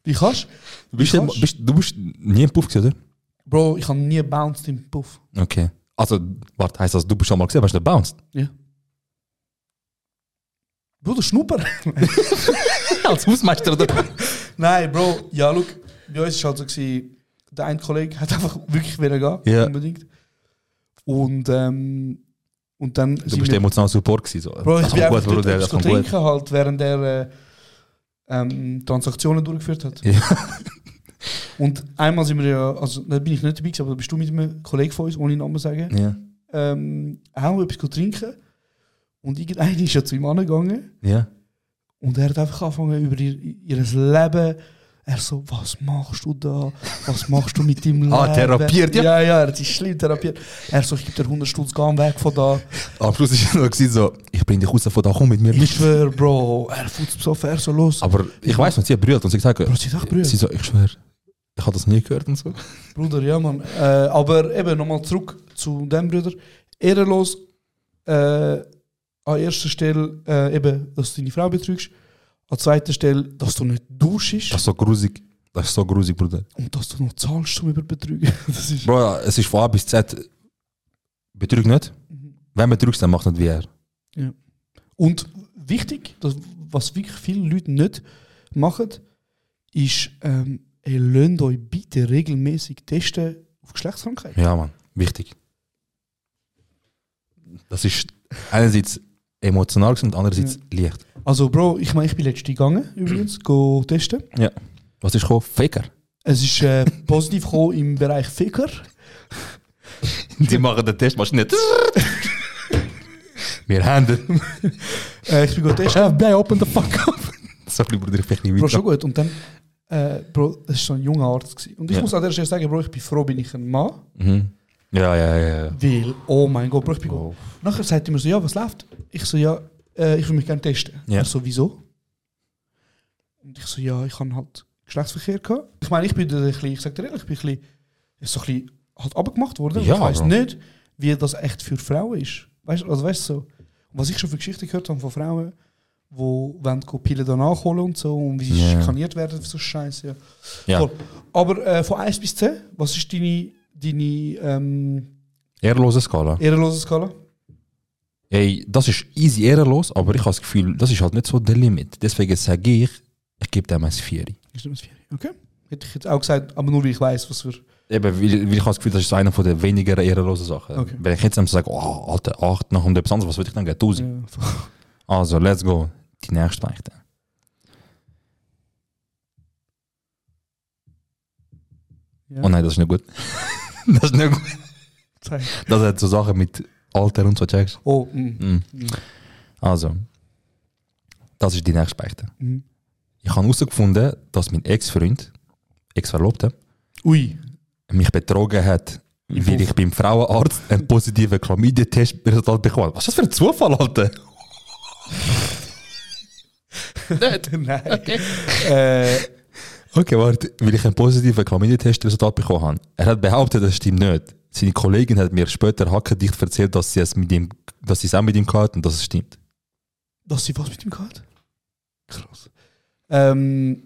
S2: Wie kannst
S1: du? Bist du,
S2: kannst-
S1: bist, du bist nie im Puff gewesen,
S2: Bro, ich habe nie bounced im Puff.
S1: oder? Okay. Also, warte, heisst das, du bist schon mal gesehen, aber hast du nicht bounced?
S2: Ja. Bruder, Schnupper.
S1: Als Hausmeister, oder?
S2: Nein, Bro, ja, look, bei uns war halt so, gewesen, der eine Kollege hat einfach wirklich wieder gehen,
S1: Ja.
S2: unbedingt. Und, ähm, und dann.
S1: Du bist emotional Support gewesen, so.
S2: Bro, ich
S1: das
S2: bin
S1: kommt
S2: einfach
S1: gut,
S2: gut, dort
S1: Bruder,
S2: etwas
S1: das kommt gut.
S2: trinken, halt, während er äh, ähm, Transaktionen durchgeführt hat.
S1: Ja.
S2: Und einmal sind wir ja, also da bin ich nicht dabei, gewesen, aber da bist du mit einem Kollegen von uns, ohne Namen sagen,
S1: Ja.
S2: ähm, haben wir etwas trinken. Und irgendeiner ist ja zu ihm angegangen.
S1: Ja.
S2: Und er hat einfach angefangen über ihr, ihr Leben. Er so, was machst du da? Was machst du mit deinem Leben?
S1: Ah, therapiert, ja.
S2: Ja, ja, er ist schlimm therapiert. Er so, ich gebe dir 100 Stutz, geh weg von da.
S1: Am Schluss war es noch so, ich bring dich raus von da, komm mit mir
S2: Ich
S1: mit.
S2: schwöre, Bro, er futzt so fair so los.
S1: Aber ich weiß noch, sie hat brüllt und sie hat gesagt,
S2: Bro, sie hat auch gebrüllt.
S1: Sie so, ich schwöre, ich habe das nie gehört und so.
S2: Bruder, ja, Mann. Äh, aber eben, nochmal zurück zu dem Bruder. Ehrenlos, äh, an erster Stelle äh, eben, dass du deine Frau betrügst. An zweiter Stelle, dass du nicht duschst
S1: Das ist so grusig. Das ist so grusig, Bruder.
S2: und dass du noch zahlst, um über Betrügen. Das ist
S1: Bro, es ist von A bis Z, betrüg nicht. Wenn betrügst, dann mach nicht wie er.
S2: Und wichtig, das, was wirklich viele Leute nicht machen, ist, ähm, ihr lasst euch bitte regelmäßig testen auf Geschlechtskrankheiten.
S1: Ja, Mann, wichtig. Das ist einerseits emotional und andererseits leicht.
S2: Also Bro, ich meine, ich bin letztens gegangen, übrigens, go testen.
S1: Ja. Was ist gekommen? Faker.
S2: Es ist äh, positiv gekommen im Bereich Ficker.
S1: Die machen den Test, machst nicht. Wir haben den.
S2: Äh, ich bin go testen.
S1: FBI, open the fuck up. Sorry, Bruder, ich bin nicht
S2: Bro, schon
S1: weiter.
S2: gut. Und dann, äh, Bro, es war so ein junger Arzt. Gewesen. Und ich
S1: Ja.
S2: muss an der Stelle sagen, Bro, ich bin froh, bin ich ein Mann.
S1: Mhm. Ja, ja, ja. ja.
S2: Weil, oh mein Gott, Bro, ich bin
S1: Oh.
S2: Nachher sagt er mir so, ja, was läuft? Ich so, ja, äh, ich will mich gerne testen.
S1: Ja.
S2: Er so, wieso? Und ich so, ja, ich habe halt Geschlechtsverkehr gehabt. Ich meine, ich bin da ein bisschen, ich sag dir ehrlich, ich bin ein bisschen, ist so ein bisschen halt abgemacht worden. Und
S1: Ja,
S2: ich weiß
S1: Bro.
S2: nicht, wie das echt für Frauen ist. Weißt du, also weißt du so. Und was ich schon für Geschichten gehört habe von Frauen, die wollen go Pillen danach holen und so und wie sie
S1: Ja.
S2: schikaniert werden für so Scheiße. Ja.
S1: ja.
S2: Voll. Aber äh, von 1 bis 10, was ist deine, deine ähm,
S1: Ehrlose Skala.
S2: ehrenlose Skala?
S1: Ey, das ist easy ehrenlos, aber ich habe das Gefühl, das ist halt nicht so der Limit. Deswegen sage ich, ich gebe dem ein Vieri.
S2: Ist das vier? Okay. Hätte ich jetzt auch gesagt, aber nur weil ich weiß, was wir.
S1: Eben, weil, weil ich habe das Gefühl, das ist einer von der weniger ehrenlosen Sachen.
S2: Okay.
S1: Wenn ich jetzt einem sage, oh, Alter, 8, noch und etwas anderes, was würde ich dann geben? 1000.
S2: Ja.
S1: Also, let's go. Die nächste Beichte.
S2: Ja.
S1: Oh nein, das ist nicht gut. das ist nicht gut.
S2: Zeig.
S1: Das hat so Sachen mit Alter und so, checkst
S2: Oh, mm.
S1: Mhm. Also, das ist die nächste Beichte.
S2: Mhm.
S1: Ich habe herausgefunden, dass mein Ex-Freund, Ex-Verlobter,
S2: Ui.
S1: mich betrogen hat, weil ich beim Frauenarzt einen positiven Chlamydien-Testresultat bekommen habe. Was ist das für ein Zufall, Alter?
S2: Nein. Äh,
S1: Okay, warte, weil ich einen positiven Chlamydien-Testresultat bekommen habe. Er hat behauptet, das stimmt nicht. Seine Kollegin hat mir später hackendicht erzählt, dass sie es mit ihm, dass sie es auch mit ihm gehabt hat und dass es stimmt.
S2: dass sie was mit ihm gehabt? Krass. Ähm,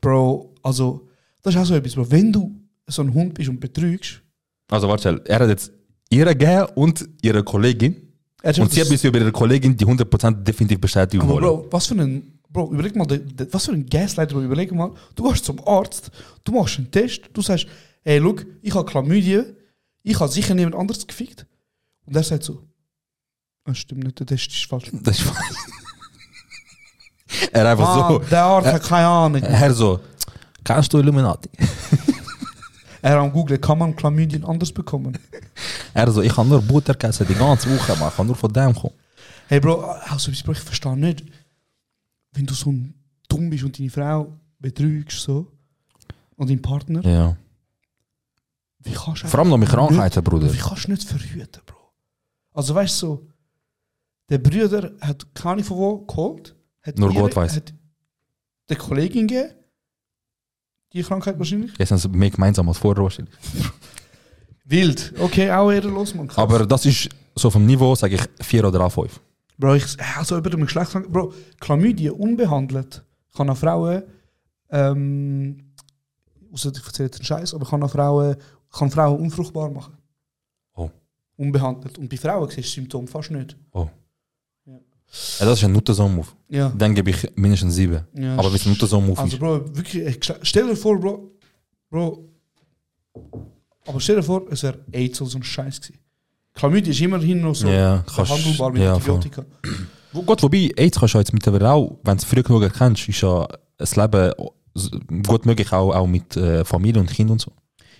S2: Bro, also, das ist auch so etwas, Bro. Wenn du so ein Hund bist und betrügst,
S1: Also warte, schnell. er hat jetzt ihre gegeben und ihre Kollegin.
S2: er hat schon
S1: Und sie hat bis über ihre Kollegin die 100% definitiv bestätigen
S2: Aber
S1: wollen.
S2: Bro, was für ein. Bro, überleg mal, de- de- was für ein Gaslighter, Bro, überleg mal. Du gehst zum Arzt, du machst einen Test, du sagst, hey, schau, ich habe Chlamydien, ich habe sicher niemand anderes gefickt. Und er sagt so, das stimmt nicht, der Test ist falsch.
S1: Das ist Er einfach
S2: Ah,
S1: so.
S2: der Arzt hat keine Ahnung.
S1: Er so. Kannst du Illuminati?
S2: Er am Google, kann man Chlamydien anders bekommen?
S1: Er so, ich habe nur Butter gegessen die ganze Woche, man. Ich kann nur von dem kommen.
S2: Hey Bro, also ich verstehe nicht, wenn du so ein dumm bist und deine Frau betrügst so, und deinen Partner,
S1: Ja.
S2: wie kannst du
S1: Vor allem noch mit
S2: einfach
S1: Krankheiten, Bruder.
S2: Wie kannst du nicht verhüten, Bro? Also weißt du, so, der Bruder hat keine von wo geholt. Hat
S1: Nur Gott weiß.
S2: Hat der Kollegin gegeben, die Krankheit wahrscheinlich.
S1: Jetzt sind sie mehr gemeinsam als vorher wahrscheinlich.
S2: Wild. Okay, auch ehrenlos, man. Krass.
S1: Aber das ist so vom Niveau, sage ich, 4 oder 5.
S2: Bro, ich, also über dem Geschlecht. Bro, Chlamydien unbehandelt kann an Frauen. Ähm, ausser ich erzähle jetzt einen Scheiß, aber kann an Frauen, kann Frauen unfruchtbar machen.
S1: Oh.
S2: Unbehandelt. Und bei Frauen siehst du das Symptom fast nicht.
S1: Ja, das ist ein Nuttensong-Move.
S2: Ja.
S1: Dann gebe ich mindestens 7.
S2: Ja,
S1: Aber wenn es ein Nuttensong-Move
S2: Also,
S1: ist.
S2: Bro, wirklich, ich sta- stell dir vor, Bro, Bro, aber stell dir vor, es wäre AIDS oder so ein Scheiß gewesen. Chlamydien ist immerhin noch so
S1: Ja, kannst-
S2: behandelbar mit
S1: ja, voll.
S2: Antibiotika.
S1: Wo Gott, wobei, AIDS kannst du ja jetzt mittlerweile auch, wenn du es früh genug erkennst, ist ja das Leben so gut möglich, auch, auch mit äh, Familie und Kind und so.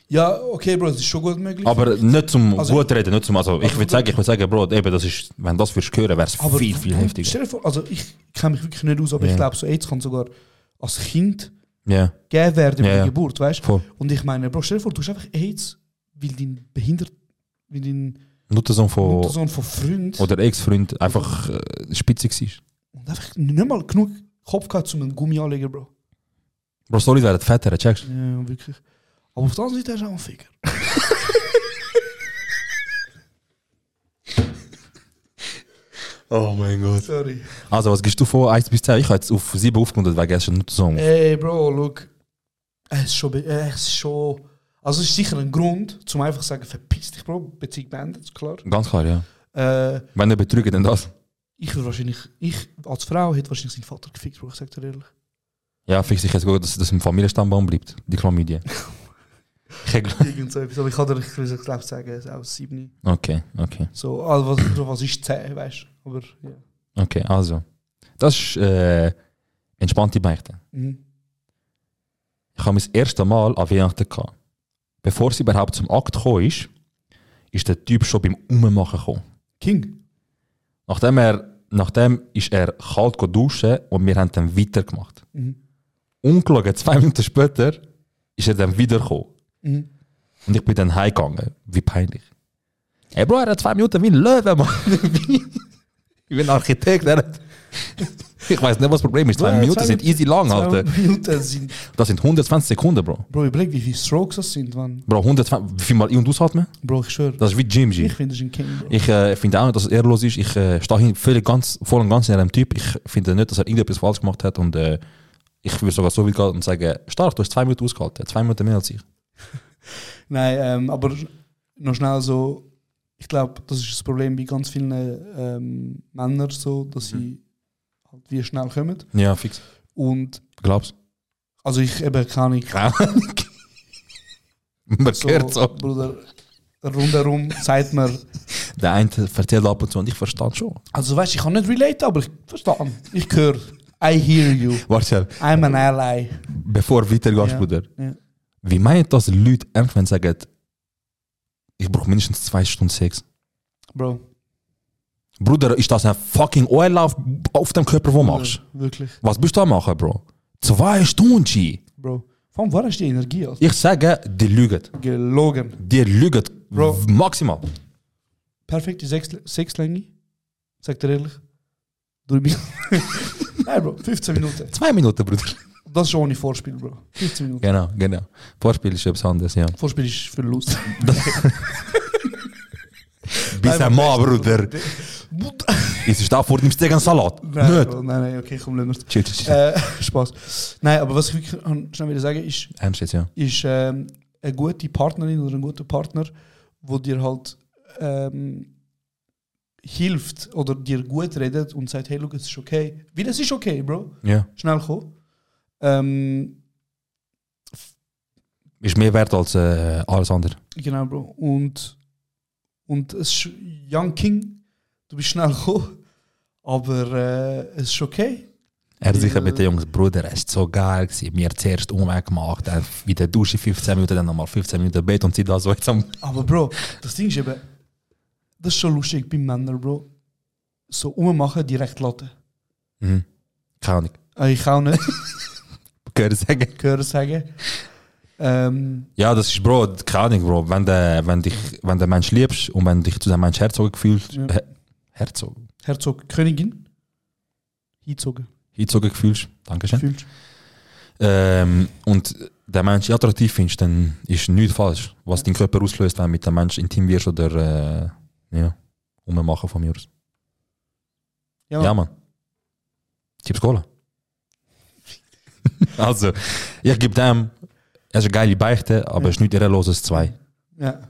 S2: Ja, okay, Bro, das ist schon gut möglich.
S1: Aber nicht zum
S2: Also-
S1: gut reden, nicht zum, also ich
S2: Also-
S1: würde sagen, ich würde sagen, Bro, eben, das ist, wenn das würdest hören, wäre es
S2: Aber-
S1: viel, viel heftiger.
S2: Stell dir vor, also ich kenne mich wirklich nicht aus, aber
S1: Ja.
S2: ich glaube, so AIDS kann sogar als Kind
S1: Ja,
S2: gegeben werden bei
S1: Ja, ja.
S2: der Geburt, weißt du?
S1: voll.
S2: Und ich meine, Bro, stell dir vor, du hast einfach AIDS, weil dein behindert, weil dein
S1: Nuttensong von,
S2: Sohn von Freund
S1: Oh. oder Ex-Freund einfach äh, spitze war.
S2: und einfach nicht mal genug Kopf gehabt, um einen Gummi anlegen, Bro.
S1: Bro, sorry, wäre das Väter, checkst du?
S2: Ja, wirklich. Aber auf der anderen Seite ist er auch ein Ficker.
S1: Oh mein Gott.
S2: Sorry.
S1: Also, was gibst du vor, 1 bis 10? Ich habe jetzt auf 7 aufgerundet, weil gestern Nuttensong.
S2: Ey, Bro, look. Es ist schon. be- äh, Es ist schon. Also, es ist sicher ein Grund, zum einfach zu sagen, verpiss dich, Bro. Beziehung beendet, ist klar.
S1: Ganz klar, ja.
S2: Äh,
S1: Wenn er betrügt, dann das.
S2: ich würde wahrscheinlich. Ich als Frau hätte wahrscheinlich seinen Vater gefickt, Bro. Ich sag dir ehrlich.
S1: Ja, fix dich jetzt gut, dass das im Familienstammbaum bleibt, die Chlamydien. Ich hab-
S2: Irgend so etwas. Aber ich kann dir, ich würde glaube sagen, es ist auch sieben.
S1: okay, okay,
S2: So, also, was, Bro, was ist zehn, weißt du? Aber ja.
S1: okay, also. Das ist äh, entspannte Beichte.
S2: Mhm.
S1: Ich habe mein erstes Mal an Weihnachten gehabt. Bevor sie überhaupt zum Akt gekommen ist, ist der Typ schon beim Ummachen gekommen.
S2: King.
S1: Nachdem er Nachdem ist er kalt duschen und wir haben dann weitergemacht.
S2: Mhm.
S1: Ungelogen, zwei Minuten später ist er dann wiedergekommen.
S2: Mhm.
S1: Und ich bin dann heimgegangen. Wie peinlich. Ey, Bro, er hat zwei Minuten wie ein Löwe, Mann. Wie- ich bin Architekt. Er hat ich weiß nicht, was das Problem ist. Zwei
S2: Ja,
S1: Minuten
S2: zwei
S1: sind easy lang,
S2: Zwei
S1: Alter.
S2: Minuten sind.
S1: Das sind 120 Sekunden, Bro.
S2: Bro, überleg, wie viele Strokes das sind, Mann.
S1: Bro, 120, wie viel mal ein- und ausatmen?
S2: Bro, ich schwöre.
S1: Das ist wie Jim G.
S2: Ich finde, das ist ein King. Bro.
S1: Ich äh, finde auch nicht, dass es ehrlos ist. Ich äh, stehe hier völlig ganz, voll und ganz in einem Typ. Ich finde nicht, dass er irgendetwas falsch gemacht hat. Und äh, ich würde sogar so weit gehen und sagen: Stark, du hast zwei Minuten ausgehalten. Zwei Minuten mehr als ich.
S2: Nein, ähm, aber noch schnell so, ich glaube, das ist das Problem bei ganz vielen ähm, Männern so, dass sie
S1: Mhm.
S2: halt wie schnell kommen.
S1: Ja, fix.
S2: Und
S1: Glaubst
S2: also ich eben kann ich
S1: Man
S2: so,
S1: hört so.
S2: Bruder, rundherum sagt man,
S1: Der eine erzählt ab und zu und ich verstand schon.
S2: also weißt du, ich kann nicht relate, aber ich verstehe. Ich höre, I hear you,
S1: Warte schnell,
S2: I'm an ally.
S1: bevor du weitergehst,
S2: Ja,
S1: Bruder.
S2: ja.
S1: Wie meint das Leute ernst, wenn sie sagen, ich brauche mindestens zwei Stunden Sex?
S2: Bro,
S1: Bruder, ist das ein fucking Ohrlauf auf dem Körper, wo du machst?
S2: wirklich,
S1: Was bist du am machen, Bro? Zwei Stunden, G.
S2: Bro. Von wo hast du die Energie? Also?
S1: Ich sage, die lügen.
S2: Gelogen.
S1: Die lügen
S2: Bro.
S1: w- maximal.
S2: perfekte Sex- Sexlänge. Sagt er ehrlich. Durch mich. Nein, Bro, 15 Minuten.
S1: Zwei Minuten, Bruder.
S2: Das ist ohne Vorspiel, Bro. 15 Minuten.
S1: Genau, genau. Vorspiel ist etwas anderes, ja.
S2: Vorspiel ist für Lust.
S1: Bis ein Mann, Bruder. Es ist da vor dem Stegen Salat.
S2: nein,
S1: Nicht.
S2: Bro, nein, nein, okay, komm, lass
S1: Chill, chill, chill.
S2: äh, Spaß. Nein, aber was ich wirklich schnell wieder sagen ist,
S1: Ernst jetzt, ja.
S2: ist ähm, eine gute Partnerin oder ein guter Partner, wo dir halt ähm, hilft oder dir gut redet und sagt, hey, look, es ist okay. Weil es ist okay, Bro.
S1: Ja.
S2: Schnell kommen. Ähm,
S1: Ist mehr wert als äh, alles andere.
S2: Genau, Bro. Und, und es ist Young King, du bist schnell gekommen, aber äh, es ist okay.
S1: Er
S2: Ja.
S1: sicher mit den Jungs, Bruder, es ist so geil gewesen. Wir haben zuerst Umweg gemacht, dann in der Dusche 15 Minuten, dann nochmal 15 Minuten Bett und sie da so jetzt am...
S2: Aber Bro, das Ding ist eben, das ist schon lustig bei Männern, Bro. So ummachen, direkt laden.
S1: Mhm. Keine Ahnung.
S2: Äh, Ich auch nicht,
S1: Gehört sagen.
S2: gehört sagen. Ähm,
S1: Ja, das ist, Bro, keine Ahnung, Bro. Wenn der, wenn dich, wenn der Mensch liebst und wenn dich zu dem Mensch herzogen fühlst,
S2: Ja.
S1: he, Herzog,
S2: Herzog, Königin, hingezogen,
S1: hinzogen fühlst, Dankeschön.
S2: fühlst
S1: Ähm, und der Mensch attraktiv findest, dann ist nichts falsch, was dein Körper auslöst, wenn du mit dem Mensch intim wirst oder, äh, ja, ummachen von mir aus.
S2: Ja,
S1: Ja, Mann. Chips Cola. also, ich gebe dem, es ist eine geile Beichte, aber
S2: Ja.
S1: es ist nicht irreloses Zwei.
S2: ja.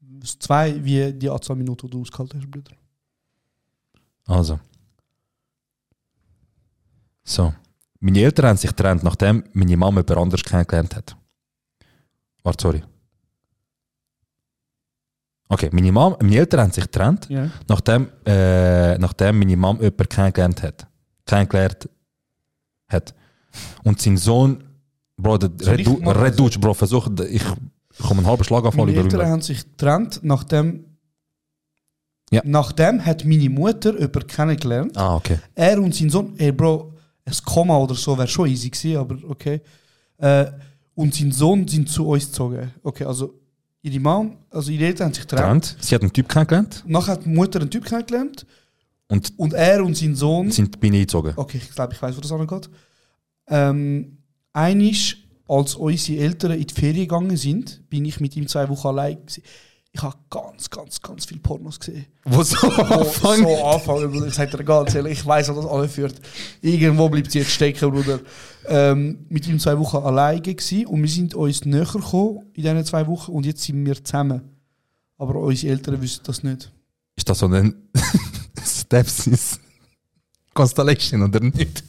S2: Das zwei, wie die Anzahl Minuten, die du ausgehalten hast, Bruder.
S1: Also. So. Meine Eltern haben sich getrennt, nachdem meine Mama jemand anders kennengelernt hat. Warte, sorry. Okay, meine, Mama, meine Eltern haben sich getrennt,
S2: Ja.
S1: nachdem, äh, nachdem meine Mama jemanden kennengelernt hat. Kennengelernt hat. Und sein Sohn, Bro, der
S2: Soll
S1: red
S2: ich
S1: du-
S2: mal-
S1: red Deutsch, Bro, versuch, ich ich komme einen halben Schlaganfall
S2: Meine
S1: über
S2: Eltern
S1: über-
S2: haben sich getrennt, nachdem.
S1: Ja.
S2: Nachdem hat meine Mutter jemanden kennengelernt.
S1: Ah, okay.
S2: Er und sein Sohn, ey Bro, ein Komma oder so wäre schon easy gewesen, aber okay. Äh, und sein Sohn sind zu uns gezogen. Okay, also ihre Mom, also ihre Eltern haben sich getrennt.
S1: Getrennt. Sie hat einen Typ kennengelernt
S2: Nachher hat die Mutter einen Typ kennengelernt
S1: und
S2: und er und sein Sohn.
S1: sind bin eingezogen.
S2: Okay, ich glaube, ich weiß, wo das angeht. Ähm, einisch, als unsere Eltern in die Ferien gegangen sind, bin ich mit ihm zwei Wochen allein. Gewesen. Ich habe ganz, ganz, ganz viel Pornos gesehen.
S1: Wo so
S2: Wo So anfangen, Bruder. Ich sage dir ganz ehrlich, ich weiß, wo das anführt. Irgendwo bleibt sie jetzt stecken, Bruder. Ähm, mit ihm zwei Wochen alleine gewesen und wir sind uns näher gekommen in diesen zwei Wochen und jetzt sind wir zusammen. Aber unsere Eltern wissen das nicht.
S1: Ist das so ein Stepsis Constellation oder nicht?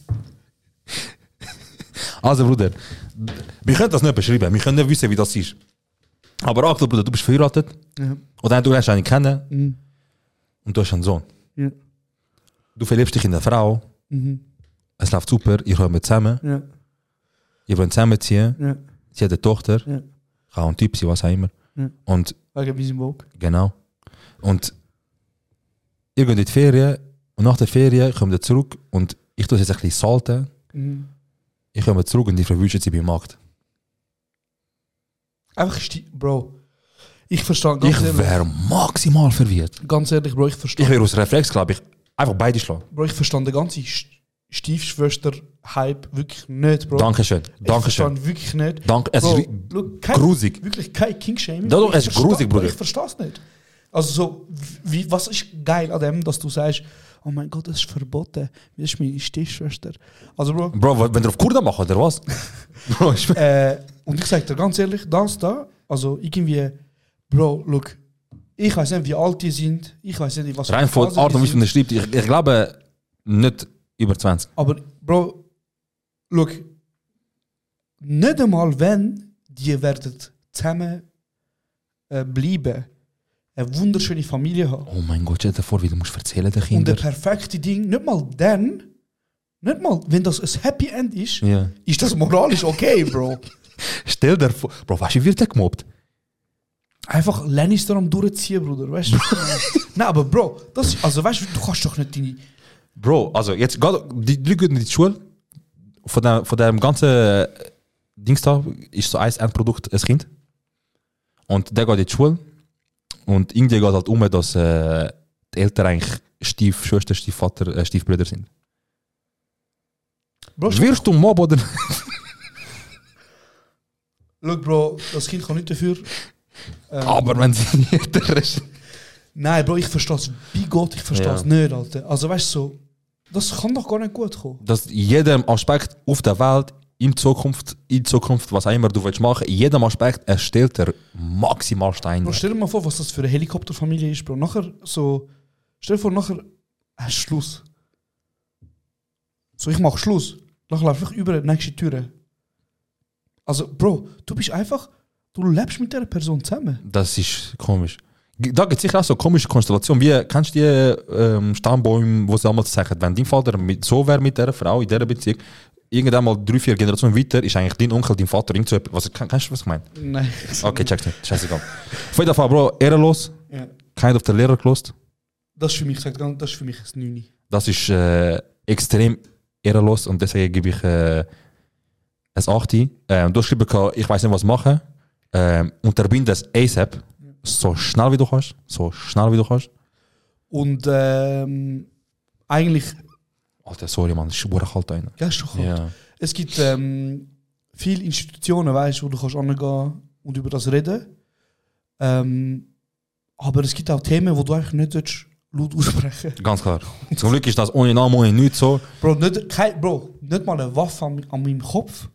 S1: Also Bruder, wir können das nicht beschreiben, wir können nicht wissen, wie das ist. Aber Achtung, Bruder, du bist verheiratet
S2: Ja.
S1: oder du lernst einen kennen
S2: Mhm.
S1: und du hast einen Sohn.
S2: Ja.
S1: Du verliebst dich in eine Frau,
S2: Mhm.
S1: es läuft super, ihr kommt zusammen,
S2: Ja.
S1: ihr wollt zusammenziehen,
S2: Ja.
S1: sie hat eine Tochter,
S2: Ja.
S1: kann ein Typ sein, was auch immer.
S2: Ja.
S1: Und
S2: Wegen meinem Vogue.
S1: Genau. Und ihr geht in die Ferien Und nach der Ferien kommen wir zurück und ich tue es jetzt ein bisschen salten.
S2: Mhm.
S1: Ich komme zurück und die verwünscht sie beim Markt.
S2: Einfach, sti- Bro. Ich verstehe ganz
S1: Ich
S2: ehrlich.
S1: wäre maximal verwirrt.
S2: Ganz ehrlich, Bro, ich verstehe.
S1: Ich wäre aus Reflex, glaube ich, einfach beide schlagen.
S2: Bro, ich verstand den ganzen Sch- Stiefschwester-Hype wirklich nicht, Bro.
S1: Dankeschön.
S2: Ich
S1: Dankeschön.
S2: verstand wirklich nicht.
S1: Danke. Es
S2: Bro,
S1: ist
S2: schau,
S1: wie-
S2: kein-
S1: grusig.
S2: Wirklich kein King-Shaming.
S1: Doch, doch,
S2: Ich
S1: es ist
S2: verstehe-
S1: grusig, Bruder.
S2: Ich verstehe es nicht. Also so, wie, was ist geil an dem, dass du sagst, oh mein Gott, das ist verboten. Das ist meine Stiefschwester. Also, Bro,
S1: Bro, wenn wenn ihr auf Kurda macht, oder was? Bro, ich
S2: äh, und ich sage dir ganz ehrlich, das da, also irgendwie, Bro, look, ich weiß nicht, wie alt die sind, ich weiß nicht, in was für
S1: Rein von
S2: Phase die
S1: Art und Weise, wie
S2: sind.
S1: man schreibt, Also, ich, ich glaube nicht über 20.
S2: Aber Bro, look, nicht einmal wenn die werden zusammen äh, bleiben, eine wunderschöne Familie haben
S1: Oh mein Gott, stell dir vor, wie du musst erzählen den
S2: und der
S1: Kindern.
S2: perfekte Ding, nicht mal dann, nicht mal, wenn das ein Happy End ist,
S1: Ja.
S2: ist das moralisch okay, Bro.
S1: Stell dir vor, Bro, weißt du, wie wird der gemobbt?
S2: Einfach Lannister am durchziehen, Bruder, weißt du? Nein, aber Nou, Bro, das, also weißt du, du kannst doch nicht deine.
S1: Bro, also jetzt geht die drei gehen in die Schule. Von dem, von dem ganzen äh, Dings da ist so ein Endprodukt ein Kind. Und der geht in die Schule. Und irgendwie geht halt um, dass äh, die Eltern eigentlich Stiefschwester, Stiefvater, äh, Stiefbrüder sind.
S2: Bro,
S1: Wirst du Mob oder?
S2: schau, Bro, das Kind kann nicht dafür.
S1: Aber wenn sie nicht der Rest.
S2: Nein, Bro, ich verstehe es. Bei Gott, ich verstehe es
S1: Ja.
S2: nicht, Alter. Also weißt du, so, das kann doch gar nicht gut kommen.
S1: dass in jedem Aspekt auf der Welt, in Zukunft, in Zukunft, was auch immer du willst machen, in jedem Aspekt erstellt er maximal Steine.
S2: Bro, stell dir mal vor, was das für eine Helikopterfamilie ist, Bro. Nachher so, stell dir vor, nachher hast du Schluss. So, ich mach Schluss. Nachher lauf ich über die nächste Türe. Also, Bro, du bist einfach, du lebst mit der Person zusammen.
S1: Das ist komisch. G- Da gibt es sicher auch so komische Konstellationen. Wie kennst du die ähm, Stammbäume, wo sie damals sagen, wenn dein Vater mit, so wäre mit dieser Frau in dieser Beziehung, irgendwann mal drei, vier Generationen weiter ist eigentlich dein Onkel, dein Vater, irgend so etwas. Was, kenn- kennst du, was ich meine?
S2: Nein.
S1: Okay, check's nicht. Scheißegal. Auf jeden Fall, Bro, ehrenlos.
S2: Ja.
S1: Kind auf der Lehrer gelost.
S2: Das ist für mich, sagt ganz- das ist für mich das Neune.
S1: Das ist äh, extrem ehrenlos und deswegen gebe ich äh, ein 8. Ähm, du hast geschrieben, gehabt, ich weiß nicht, was machen. Ähm, unterbinde das ASAP. So schnell wie du kannst. So schnell wie du kannst.
S2: Und ähm, eigentlich,
S1: Alter, sorry, Mann, ich wurde kalt einer.
S2: ja, ist schon kalt.
S1: Ja.
S2: Es gibt ähm, viele Institutionen, weißt, wo du kannst angehen und über das reden. Ähm, aber es gibt auch Themen, wo du eigentlich nicht willst, laut aussprechen
S1: Ganz klar. Zum Glück ist das ohne Namen, ohne nichts so.
S2: Bro, nicht, kein, Bro, nicht mal eine Waffe an, an meinem Kopf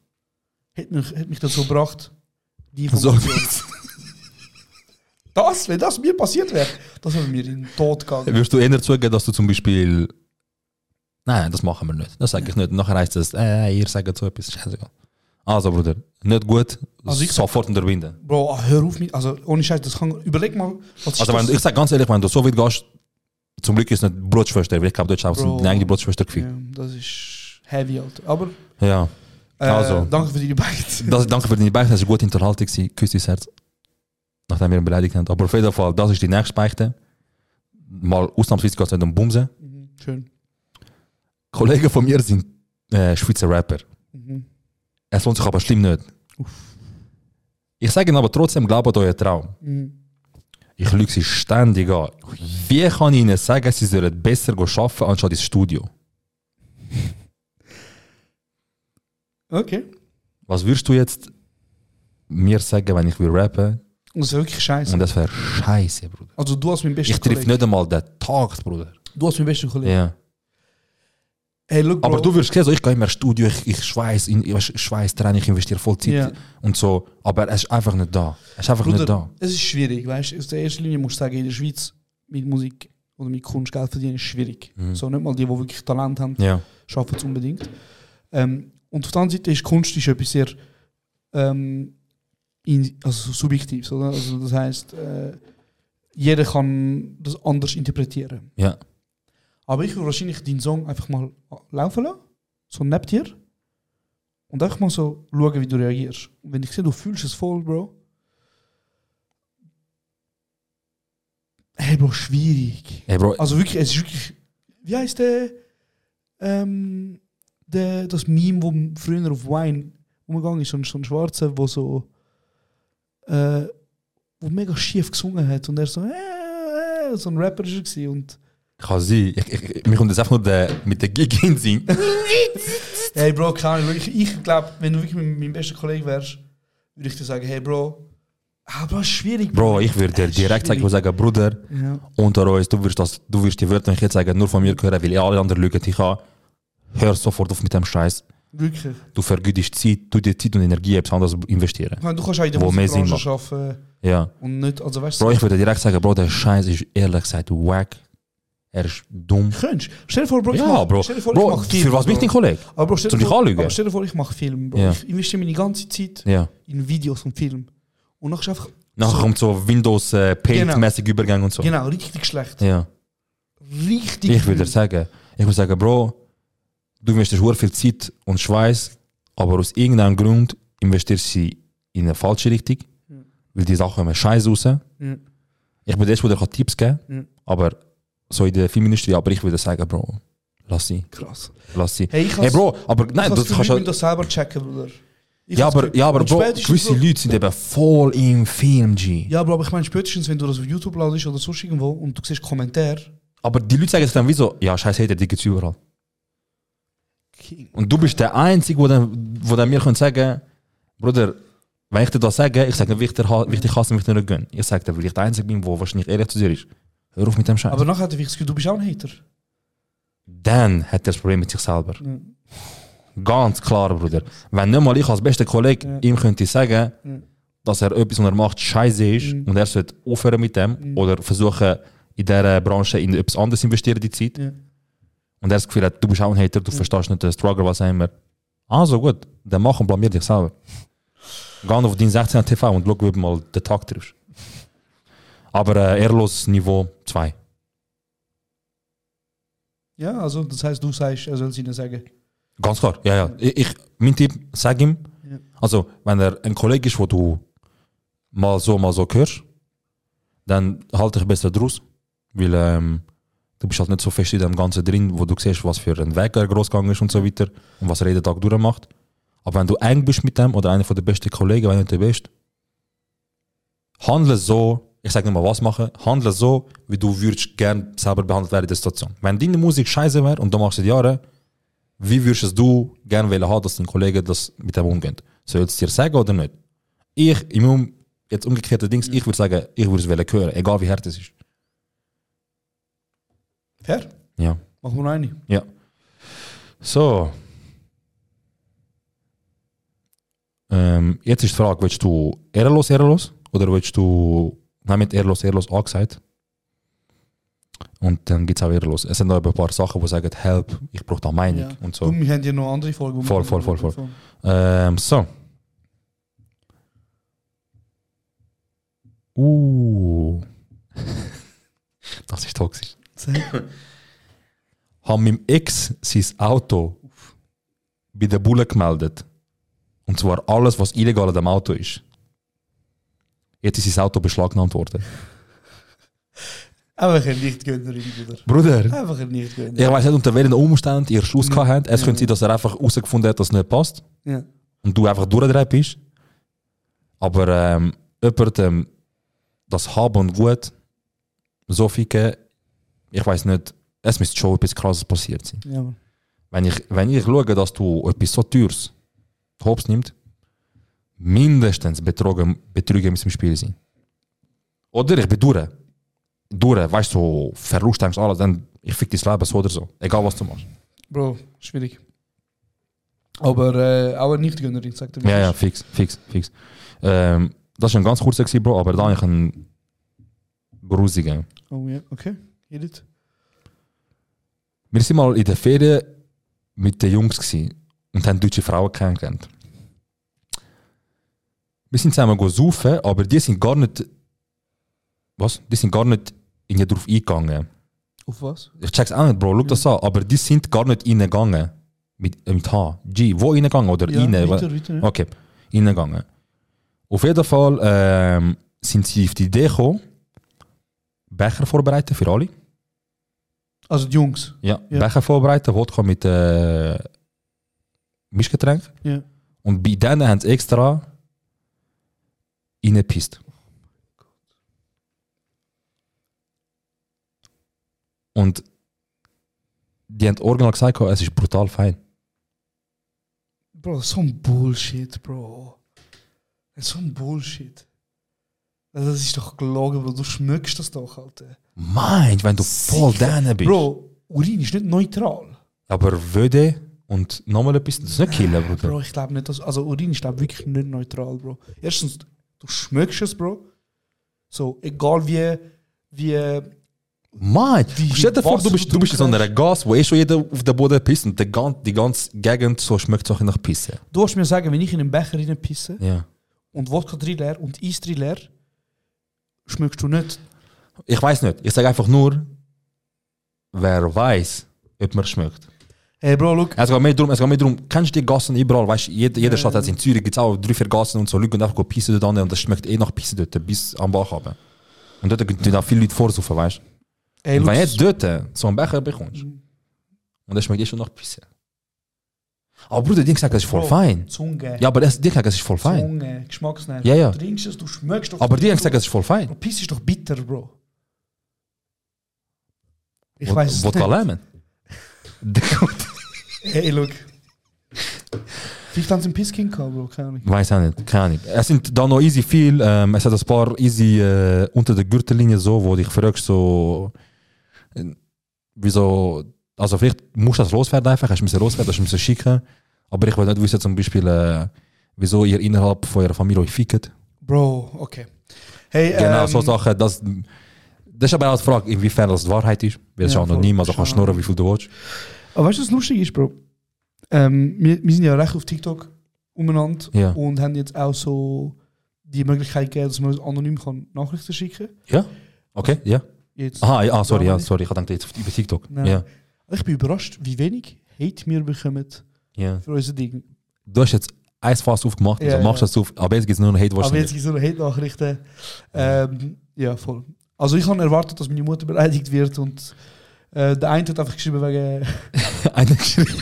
S2: hat mich, hat mich dazu gebracht, die
S1: so
S2: Information. Das, wenn das mir passiert wäre, das wäre mir in den Tod gegangen.
S1: Würdest du eher zugeben, dass du zum Beispiel. Nein, das machen wir nicht. Das sage ich nicht. Nachher heißt es, äh, ihr sagt so etwas. Scheißegal. Also, Bruder, nicht gut.
S2: Also ich-
S1: sofort unterbinden.
S2: Bro, ah, hör auf mich, also ohne Scheiß, das kann, überleg mal, was ist
S1: Also
S2: das?
S1: wenn, ich sag ganz ehrlich, wenn du so weit gehst, zum Glück ist es nicht Brotschwester, weil ich glaube, du hast
S2: Bro.
S1: deine eigene Brotschwester-Gefühl.
S2: ja, das ist heavy, Alter. Aber
S1: Ja.
S2: äh,
S1: Also.
S2: danke für deine Beicht.
S1: Das, danke für deine Beichte, das war gute Unterhaltung. gewesen. Küss dein Herz. Nachdem wir ihn beleidigt haben. Aber auf jeden Fall, das ist die nächste Beichte. Mal ausnahmsweise geht es nicht um Bumsen.
S2: Mhm, Schön.
S1: Kollegen von mir sind äh, Schweizer Rapper.
S2: Mhm.
S1: Es lohnt sich aber schlimm nicht. Ich sage Ihnen aber trotzdem, glaubt an euren Traum.
S2: Mhm.
S1: Ich lüge sie ständig an. Wie kann ich Ihnen sagen, Sie sollen besser arbeiten anstatt ins Studio?
S2: Okay.
S1: Was würdest du jetzt mir sagen, wenn ich will rappen?
S2: Und das ist wirklich scheiße.
S1: Und das wäre scheiße, Bruder.
S2: also du hast mein bester
S1: Ich triff
S2: Kollege.
S1: nicht einmal den Takt, Bruder.
S2: Du hast mein bester Kollege.
S1: Ja.
S2: Hey, look, Bro.
S1: Aber du wirst sehen, so, ich gehe immer ins Studio, ich, ich schweiß, in- ich weiss, ich schweiß dran, ich investiere voll Zeit
S2: Ja.
S1: und so. Aber es ist einfach nicht da. Es ist einfach
S2: Bruder,
S1: nicht da.
S2: es ist schwierig, weißt du? In der ersten Linie musst du sagen, in der Schweiz mit Musik oder mit Kunst Geld verdienen ist schwierig.
S1: Mhm.
S2: So nicht mal die, die wirklich Talent haben,
S1: Ja.
S2: schaffen es unbedingt. Ähm, und auf der anderen Seite ist Kunst ist etwas sehr ähm, in, also subjektiv. Oder? Also das heißt, äh, jeder kann das anders interpretieren.
S1: Ja.
S2: Aber ich würde wahrscheinlich deinen Song einfach mal laufen lassen, so neben dir. Und einfach mal so schauen, wie du reagierst. Und wenn ich sehe, du fühlst es voll, Bro. Hey, Bro, schwierig.
S1: Ey, Bro,
S2: Also wirklich, Also es ist wirklich. Wie heißt der, ähm, der, das Meme, wo m- früher auf Wine umgegangen ist, so ein- so ein Schwarzer, wo so, äh, wo mega schief gesungen hat und er so, äh, äh, so ein Rapper war gewesen und
S1: Kann sein. Ich, ich, ich- mir kommt jetzt einfach nur der, mit der Gig in den Sinn.
S2: hey Bro, keine Ahnung, ich, ich glaube, wenn du wirklich mein, mein bester Kollege wärst, würde ich dir sagen, hey Bro, ah Bro, ist schwierig.
S1: Bro, ich würde dir
S2: Äh,
S1: direkt sagen, ich würde sagen, Bruder,
S2: Ja.
S1: unter uns, du wirst, das, du wirst die Wörter, die ich jetzt sage, nur von mir hören, weil ihr alle anderen lügen dich an. Hör sofort auf mit dem Scheiß.
S2: Wirklich.
S1: Du vergütest Zeit, tu dir Zeit und Energie in etwas anderes investieren.
S2: Ich meine, du kannst auch in der
S1: Wo mehr Sinn
S2: Musikbranche arbeiten
S1: Ja.
S2: und nicht, also weißt
S1: Bro, ich würde direkt sagen, Bro, der Scheiß ist ehrlich gesagt wack. Er ist dumm.
S2: Könntest. Stell dir vor, Bro, ich
S1: Ja,
S2: mach,
S1: Bro.
S2: stell dir vor, ich
S1: Bro,
S2: mach Film.
S1: für was
S2: Bro.
S1: bin ich dein Kollege?
S2: Aber Bro, stell,
S1: Zum
S2: dir
S1: dich
S2: vor,
S1: anlügen?
S2: aber stell dir vor, ich mache Film, Bro.
S1: Ja.
S2: Ich investiere meine ganze Zeit
S1: Ja.
S2: in Videos und Film. Und nachher ist einfach,
S1: Nachher kommt so Windows äh, Paint-mäßig Übergang und so.
S2: genau, nou, richtig schlecht.
S1: Ja.
S2: Richtig
S1: Ich würde dir
S2: übel.
S1: sagen, ich würde sagen, Bro, du investierst sehr viel Zeit und Schweiß, aber aus irgendeinem Grund investierst du sie in eine falsche Richtung,
S2: Hm.
S1: weil die Sachen kommen scheiße raus. Ich bin der Erste, der dir Tipps geben kann,
S2: Ja.
S1: aber so in der Filmindustrie, aber ich würde sagen, Bro, lass sie,
S2: Krass.
S1: lass sie. Hey,
S2: Hey, ich has-
S1: Bro, aber nein,
S2: das
S1: du
S2: kannst
S1: kannst
S2: du
S1: ja...
S2: das selber checken, Bruder. Ich
S1: Ja,
S2: has-
S1: aber, ja, aber
S2: Und
S1: Bro,
S2: spätestens,
S1: gewisse
S2: Bro-
S1: Leute sind eben voll im Film, G.
S2: Ja, Bro, aber ich meine, spätestens, wenn du das auf YouTube ladest oder sonst irgendwo und du siehst Kommentare,
S1: Aber die Leute sagen es dann wie so, ja, scheiß Hater, die gibt's überall.
S2: King.
S1: Und du bist der Einzige, wo dann, wo dann mir können sagen Bruder, wenn ich dir das sage, ich sage nicht, wie ich dir ha- wie ich dich hasse und wie ich dir nicht gönne. Ich sage dir, weil ich der Einzige bin, der wahrscheinlich ehrlich zu dir ist. Hör auf mit dem Scheiß.
S2: Aber nachher hat er wirklich das Gefühl, du bist auch ein Hater.
S1: dann hat er das Problem mit sich selber. Ganz klar, Bruder. Wenn nicht mal ich als bester Kollege ihm könnte sagen, dass er etwas, was er macht, scheiße ist und er sollte aufhören mit dem oder versuchen, in dieser Branche in etwas anderes zu investieren, die Zeit.
S2: Ja.
S1: Und er das Gefühl hat, du bist auch ein Hater, du verstehst nicht den Struggle, was Ah, auch immer. Also gut, dann mach und blamier dich selber. Geh auf deinen 16er TV und schau, wie du mal den Tag triffst. Aber äh, ehrlos Niveau 2.
S2: Ja, also das heißt, du sagst, er soll es ihnen sagen.
S1: Ganz klar, ja, ja. Ich, ich, mein Tipp, sag ihm,
S2: Ja.
S1: also wenn er ein Kollege ist, wo du mal so, mal so hörst, dann halte dich besser draus, weil ähm, du bist halt nicht so fest in dem Ganzen drin, wo du siehst, was für ein Weg er großgegangen ist und so weiter und was er jeden Tag durchmacht. Aber wenn du eng bist mit dem oder einer von den besten Kollegen, wenn du der bist, handle so, ich sage nicht mal was machen, handle so, wie du würdest gern selber behandelt werden in der Situation. Wenn deine Musik scheiße wäre und du machst es Jahre, wie würdest du gerne wollen haben, dass dein Kollege das mit dem umgeht? Soll es dir sagen oder nicht? Ich, im um, jetzt umgekehrte Dings, ich würde sagen, ich würde es wollen hören, egal wie hart es ist.
S2: Fair?
S1: Ja.
S2: Machen wir noch eine.
S1: Ja. So. Ähm, jetzt ist die Frage, willst du ehrlos, ehrlos? Oder willst du, nein, mit ehrlos, ehrlos angesagt? Und dann gibt es auch ehrlos. Es sind noch ein paar Sachen, die sagen, help, ich brauche da Meinung
S2: Ja.
S1: und so.
S2: Du, wir haben ja noch andere Folgen. wo wir-
S1: Voll, voll, voll, voll. Ähm, so. Uh. Das ist toxisch. Haben meinem Ex sein Auto bei der Bulle gemeldet. Und zwar alles, was illegal an dem Auto ist. Jetzt ist sein Auto beschlagnahmt worden.
S2: Einfach ein Nichtgönnerin, Bruder.
S1: Bruder,
S2: Einfach ein Nichtgönner.
S1: ich weiß nicht, unter welchen Umständen ihr Schuss gehabt habt. Es könnte sein, dass er einfach herausgefunden hat, dass es nicht passt.
S2: Ja.
S1: und du einfach durchdreht bist. Aber ähm, jemandem das Haben und Gut so ficken, ich weiß nicht, es müsste schon etwas Krasses passiert sein.
S2: Ja, Mann.
S1: Wenn ich, wenn ich schaue, dass du etwas so Teures Hops nimmt, mindestens betrogen, Betrüger muss im Spiel sein. Oder ich bin durch. Durch, weißt du, so Verlust denkst alles, dann ich fick dein Leben so oder so. Egal was du machst.
S2: Bro, schwierig. Aber äh, auch eine Nichtgönnerin, sagt er.
S1: Ja, ja, fix, fix, fix. Ähm, das war ein ganz kurzer, gewesen, Bro, aber da habe ich einen grusigen.
S2: Oh ja, okay. Hit it.
S1: Wir sind mal in der Ferien mit den Jungs gewesen und haben deutsche Frauen kennengelernt. Wir sind zusammen go saufen, aber die sind gar nicht. Was? Die sind gar nicht in darauf eingegangen.
S2: Auf was?
S1: Ich check's auch nicht, Bro, schau das an, aber die sind gar nicht reingegangen. Mit, äh, mit H. G. Wo reingegangen oder
S2: Ja,
S1: rein?
S2: weiter, weiter, ja.
S1: Okay, reingegangen. Auf jeden Fall ähm, sind sie auf die Idee gekommen, Becher vorbereiten für alle.
S2: Also die Jungs.
S1: Ja,
S2: Ja.
S1: wij gaan voorbereiden Wodka met äh, Mischgetränk.
S2: Ja.
S1: Und bei denen haben sie extra reingepisst. Und die haben original gesagt, es ist brutal fein.
S2: Bro, zo'n Bullshit, Bro. Zo'n Bullshit. Das ist doch gelogen, Bro. Du schmückst das doch, Alter.
S1: Mein, wenn du voll denen bist.
S2: Bro, Urin ist nicht neutral.
S1: Aber würde und nochmal etwas, das ist nicht killen, Bruder.
S2: Bro, ich glaube nicht, dass. Also, Urin ist, glaube wirklich nicht neutral, Bro. Erstens, du schmückst es, Bro. So, egal wie. wie
S1: Mann,
S2: Wie
S1: stell dir vor,
S2: Wasser
S1: du bist, du bist in so einer Gas, wo eh schon jeder auf den Boden pisst und die ganze, die ganze Gegend so schmeckt auch nach Pisse.
S2: du hast mir sagen, wenn ich in einen Becher reinpisse
S1: Ja.
S2: und Wodka drin leer und Eis drin leer, schmückst du nicht.
S1: Ich weiß nicht, ich sage einfach nur, wer weiß, ob man schmeckt.
S2: Hey, Bro, look.
S1: Es geht mehr darum, es geht mehr darum kennst du die Gassen überall, weißt du, jede, jede Stadt hat in Zürich gibt es auch drei, vier Gassen und so, Leute gehen einfach pissen dort an und das schmeckt eh nach Pisse dort, bis am Bach haben. Und dort gehen auch viele Leute vorsaufen, weißt du.
S2: Hey,
S1: Und
S2: look,
S1: wenn jetzt dort so einen Becher bekommst und das schmeckt eh schon nach Pisse. Aber Bruder, die haben gesagt, das ist voll
S2: Bro,
S1: fein.
S2: Zunge.
S1: Ja, aber das, die haben gesagt, das ist voll fein.
S2: Zunge, Geschmacksnerv.
S1: Ja, ja.
S2: Du trinkst es, du schmeckst doch.
S1: Aber die haben gesagt, das ist voll
S2: Bro,
S1: fein.
S2: Piss ist doch bitter, Bro. Ich
S1: Wod-
S2: weiß es
S1: Wodka
S2: nicht.
S1: Lemon.
S2: Hey, look. Vielleicht haben sie einen Pisskind gehabt, Bro, keine Ahnung.
S1: Weiß auch nicht, keine Ahnung. Es sind da noch easy viel. Ähm, es hat ein paar easy äh, unter der Gürtellinie so, wo dich fragst, so. äh, Wieso. Also, vielleicht musst du das loswerden einfach, hast du müssen loswerden, hast du müssen schicken. Aber ich will nicht wissen, zum Beispiel, äh, wieso ihr innerhalb von eurer Familie euch fickt.
S2: Bro, okay. Hey,
S1: Genau,
S2: ähm,
S1: so Sachen. Das, das ist aber auch die Frage, inwiefern das die Wahrheit ist. Weil es
S2: Ja,
S1: ja, ist
S2: voll.
S1: anonym, also kannst du
S2: Schon.
S1: schnurren, wie viel du willst.
S2: Aber weißt du, was lustig ist, Bro? Ähm, wir, wir sind ja recht auf TikTok umeinander
S1: Ja.
S2: und haben jetzt auch so die Möglichkeit gegeben, dass man uns anonym kann Nachrichten schicken
S1: Ja? Okay, ja.
S2: Jetzt.
S1: Aha, ja, ah, sorry,
S2: Ja,
S1: ja,
S2: nicht?
S1: sorry, ich dachte jetzt auf- über TikTok.
S2: Nein.
S1: Ja,
S2: Ich bin überrascht, wie wenig Hate wir bekommen
S1: ja. Dus
S2: für unser Ding.
S1: Du hast jetzt eins fast aufgemacht,
S2: Ja,
S1: also machst
S2: ja.
S1: das auf, aber jetzt gibt es nur noch Hate
S2: Aber
S1: wahrscheinlich.
S2: jetzt gibt es noch Hate-Nachrichten. Ähm, ja, voll. Also ich habe erwartet, dass meine Mutter beleidigt wird und äh, der eine hat einfach geschrieben wegen
S1: Einer geschrieben,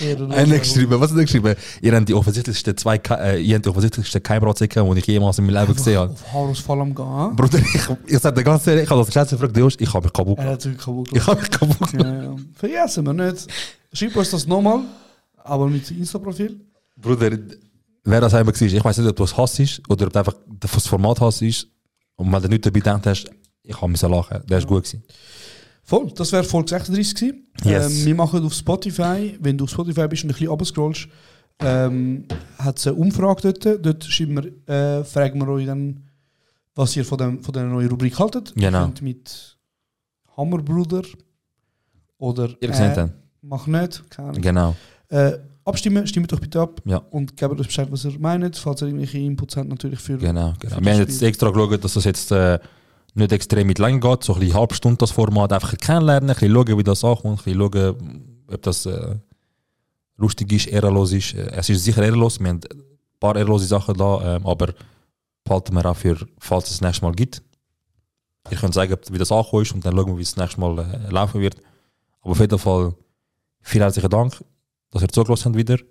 S2: Ehre. oder
S1: einer
S2: so.
S1: geschrieben, was hat er geschrieben? Ihr habt die offensichtlichsten zwei, Ke- äh, ihr habt die offensichtlichsten Keimratzecken, die ich jemals in meinem Leben gesehen habe.
S2: Auf Haarausfall am Gehen. hä?
S1: Bruder, ich, ich sag dir ganz ehrlich, ich habe das geschätzt gefragt, Jost, ich habe mich kaputt
S2: Er
S1: gemacht.
S2: hat sich kaputt
S1: Ich
S2: gemacht.
S1: habe mich kaputt gemacht.
S2: Ja, ja. Vergessen wir nicht. Schreib uns das nochmal, aber mit dem Insta-Profil.
S1: Bruder, wer das einmal war, ich weiß nicht, ob du es hassisch oder ob du einfach das Format hassisch und wenn du nicht dabei gedacht hast, ich habe müssen lachen, der ist gut gewesen.
S2: Voll, das wäre Folge 36 gewesen.
S1: Yes.
S2: Ähm, wir machen auf Spotify, wenn du auf Spotify bist und ein bisschen runterscrollst, ähm, hat es eine Umfrage dort. Dort schreiben wir, äh, fragen wir euch dann, was ihr von, dem, von der neuen Rubrik haltet. Ihr
S1: Genau.
S2: könnt mit Hammerbruder oder
S1: Ihr seht
S2: äh,
S1: dann.
S2: mach nicht, keine Ahnung.
S1: Genau.
S2: Äh, abstimmen, stimmt doch bitte ab
S1: Ja.
S2: und gebt uns Bescheid, was ihr meint, falls ihr irgendwelche Inputs habt, natürlich für...
S1: Genau, genau.
S2: das
S1: Wir haben
S2: Spiel.
S1: jetzt extra geschaut, dass das jetzt äh, nicht extrem mit lang geht, so ein bisschen eine halbe Stunde das Format einfach kennenlernen, ein bisschen schauen, wie das ankommt, ein bisschen schauen, ob das äh, lustig ist, ehrenlos ist. Äh, Es ist sicher ehrenlos, wir haben ein paar ehrenlose Sachen da, ähm, aber behalten wir auch für, falls es das nächste Mal gibt. Ihr könnt sagen, wie das angekommen ist und dann schauen wir, wie es das nächste Mal äh, laufen wird. Aber auf jeden Fall, vielen herzlichen Dank, dass ihr zugelassen habt wieder. Vielen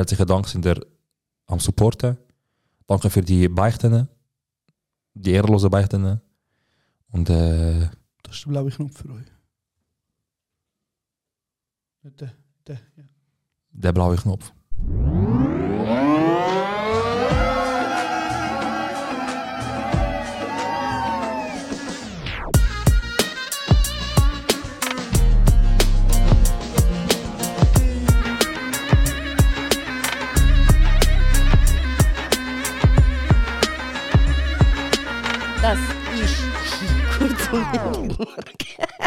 S1: herzlichen Dank, sind ihr am Supporten. Danke für die Beichten. Die ehrenlosen Beichten. Und äh,
S2: Das ist der blaue Knopf für euch. Nicht der, der, ja.
S1: der blaue Knopf.
S8: Das ist kurz und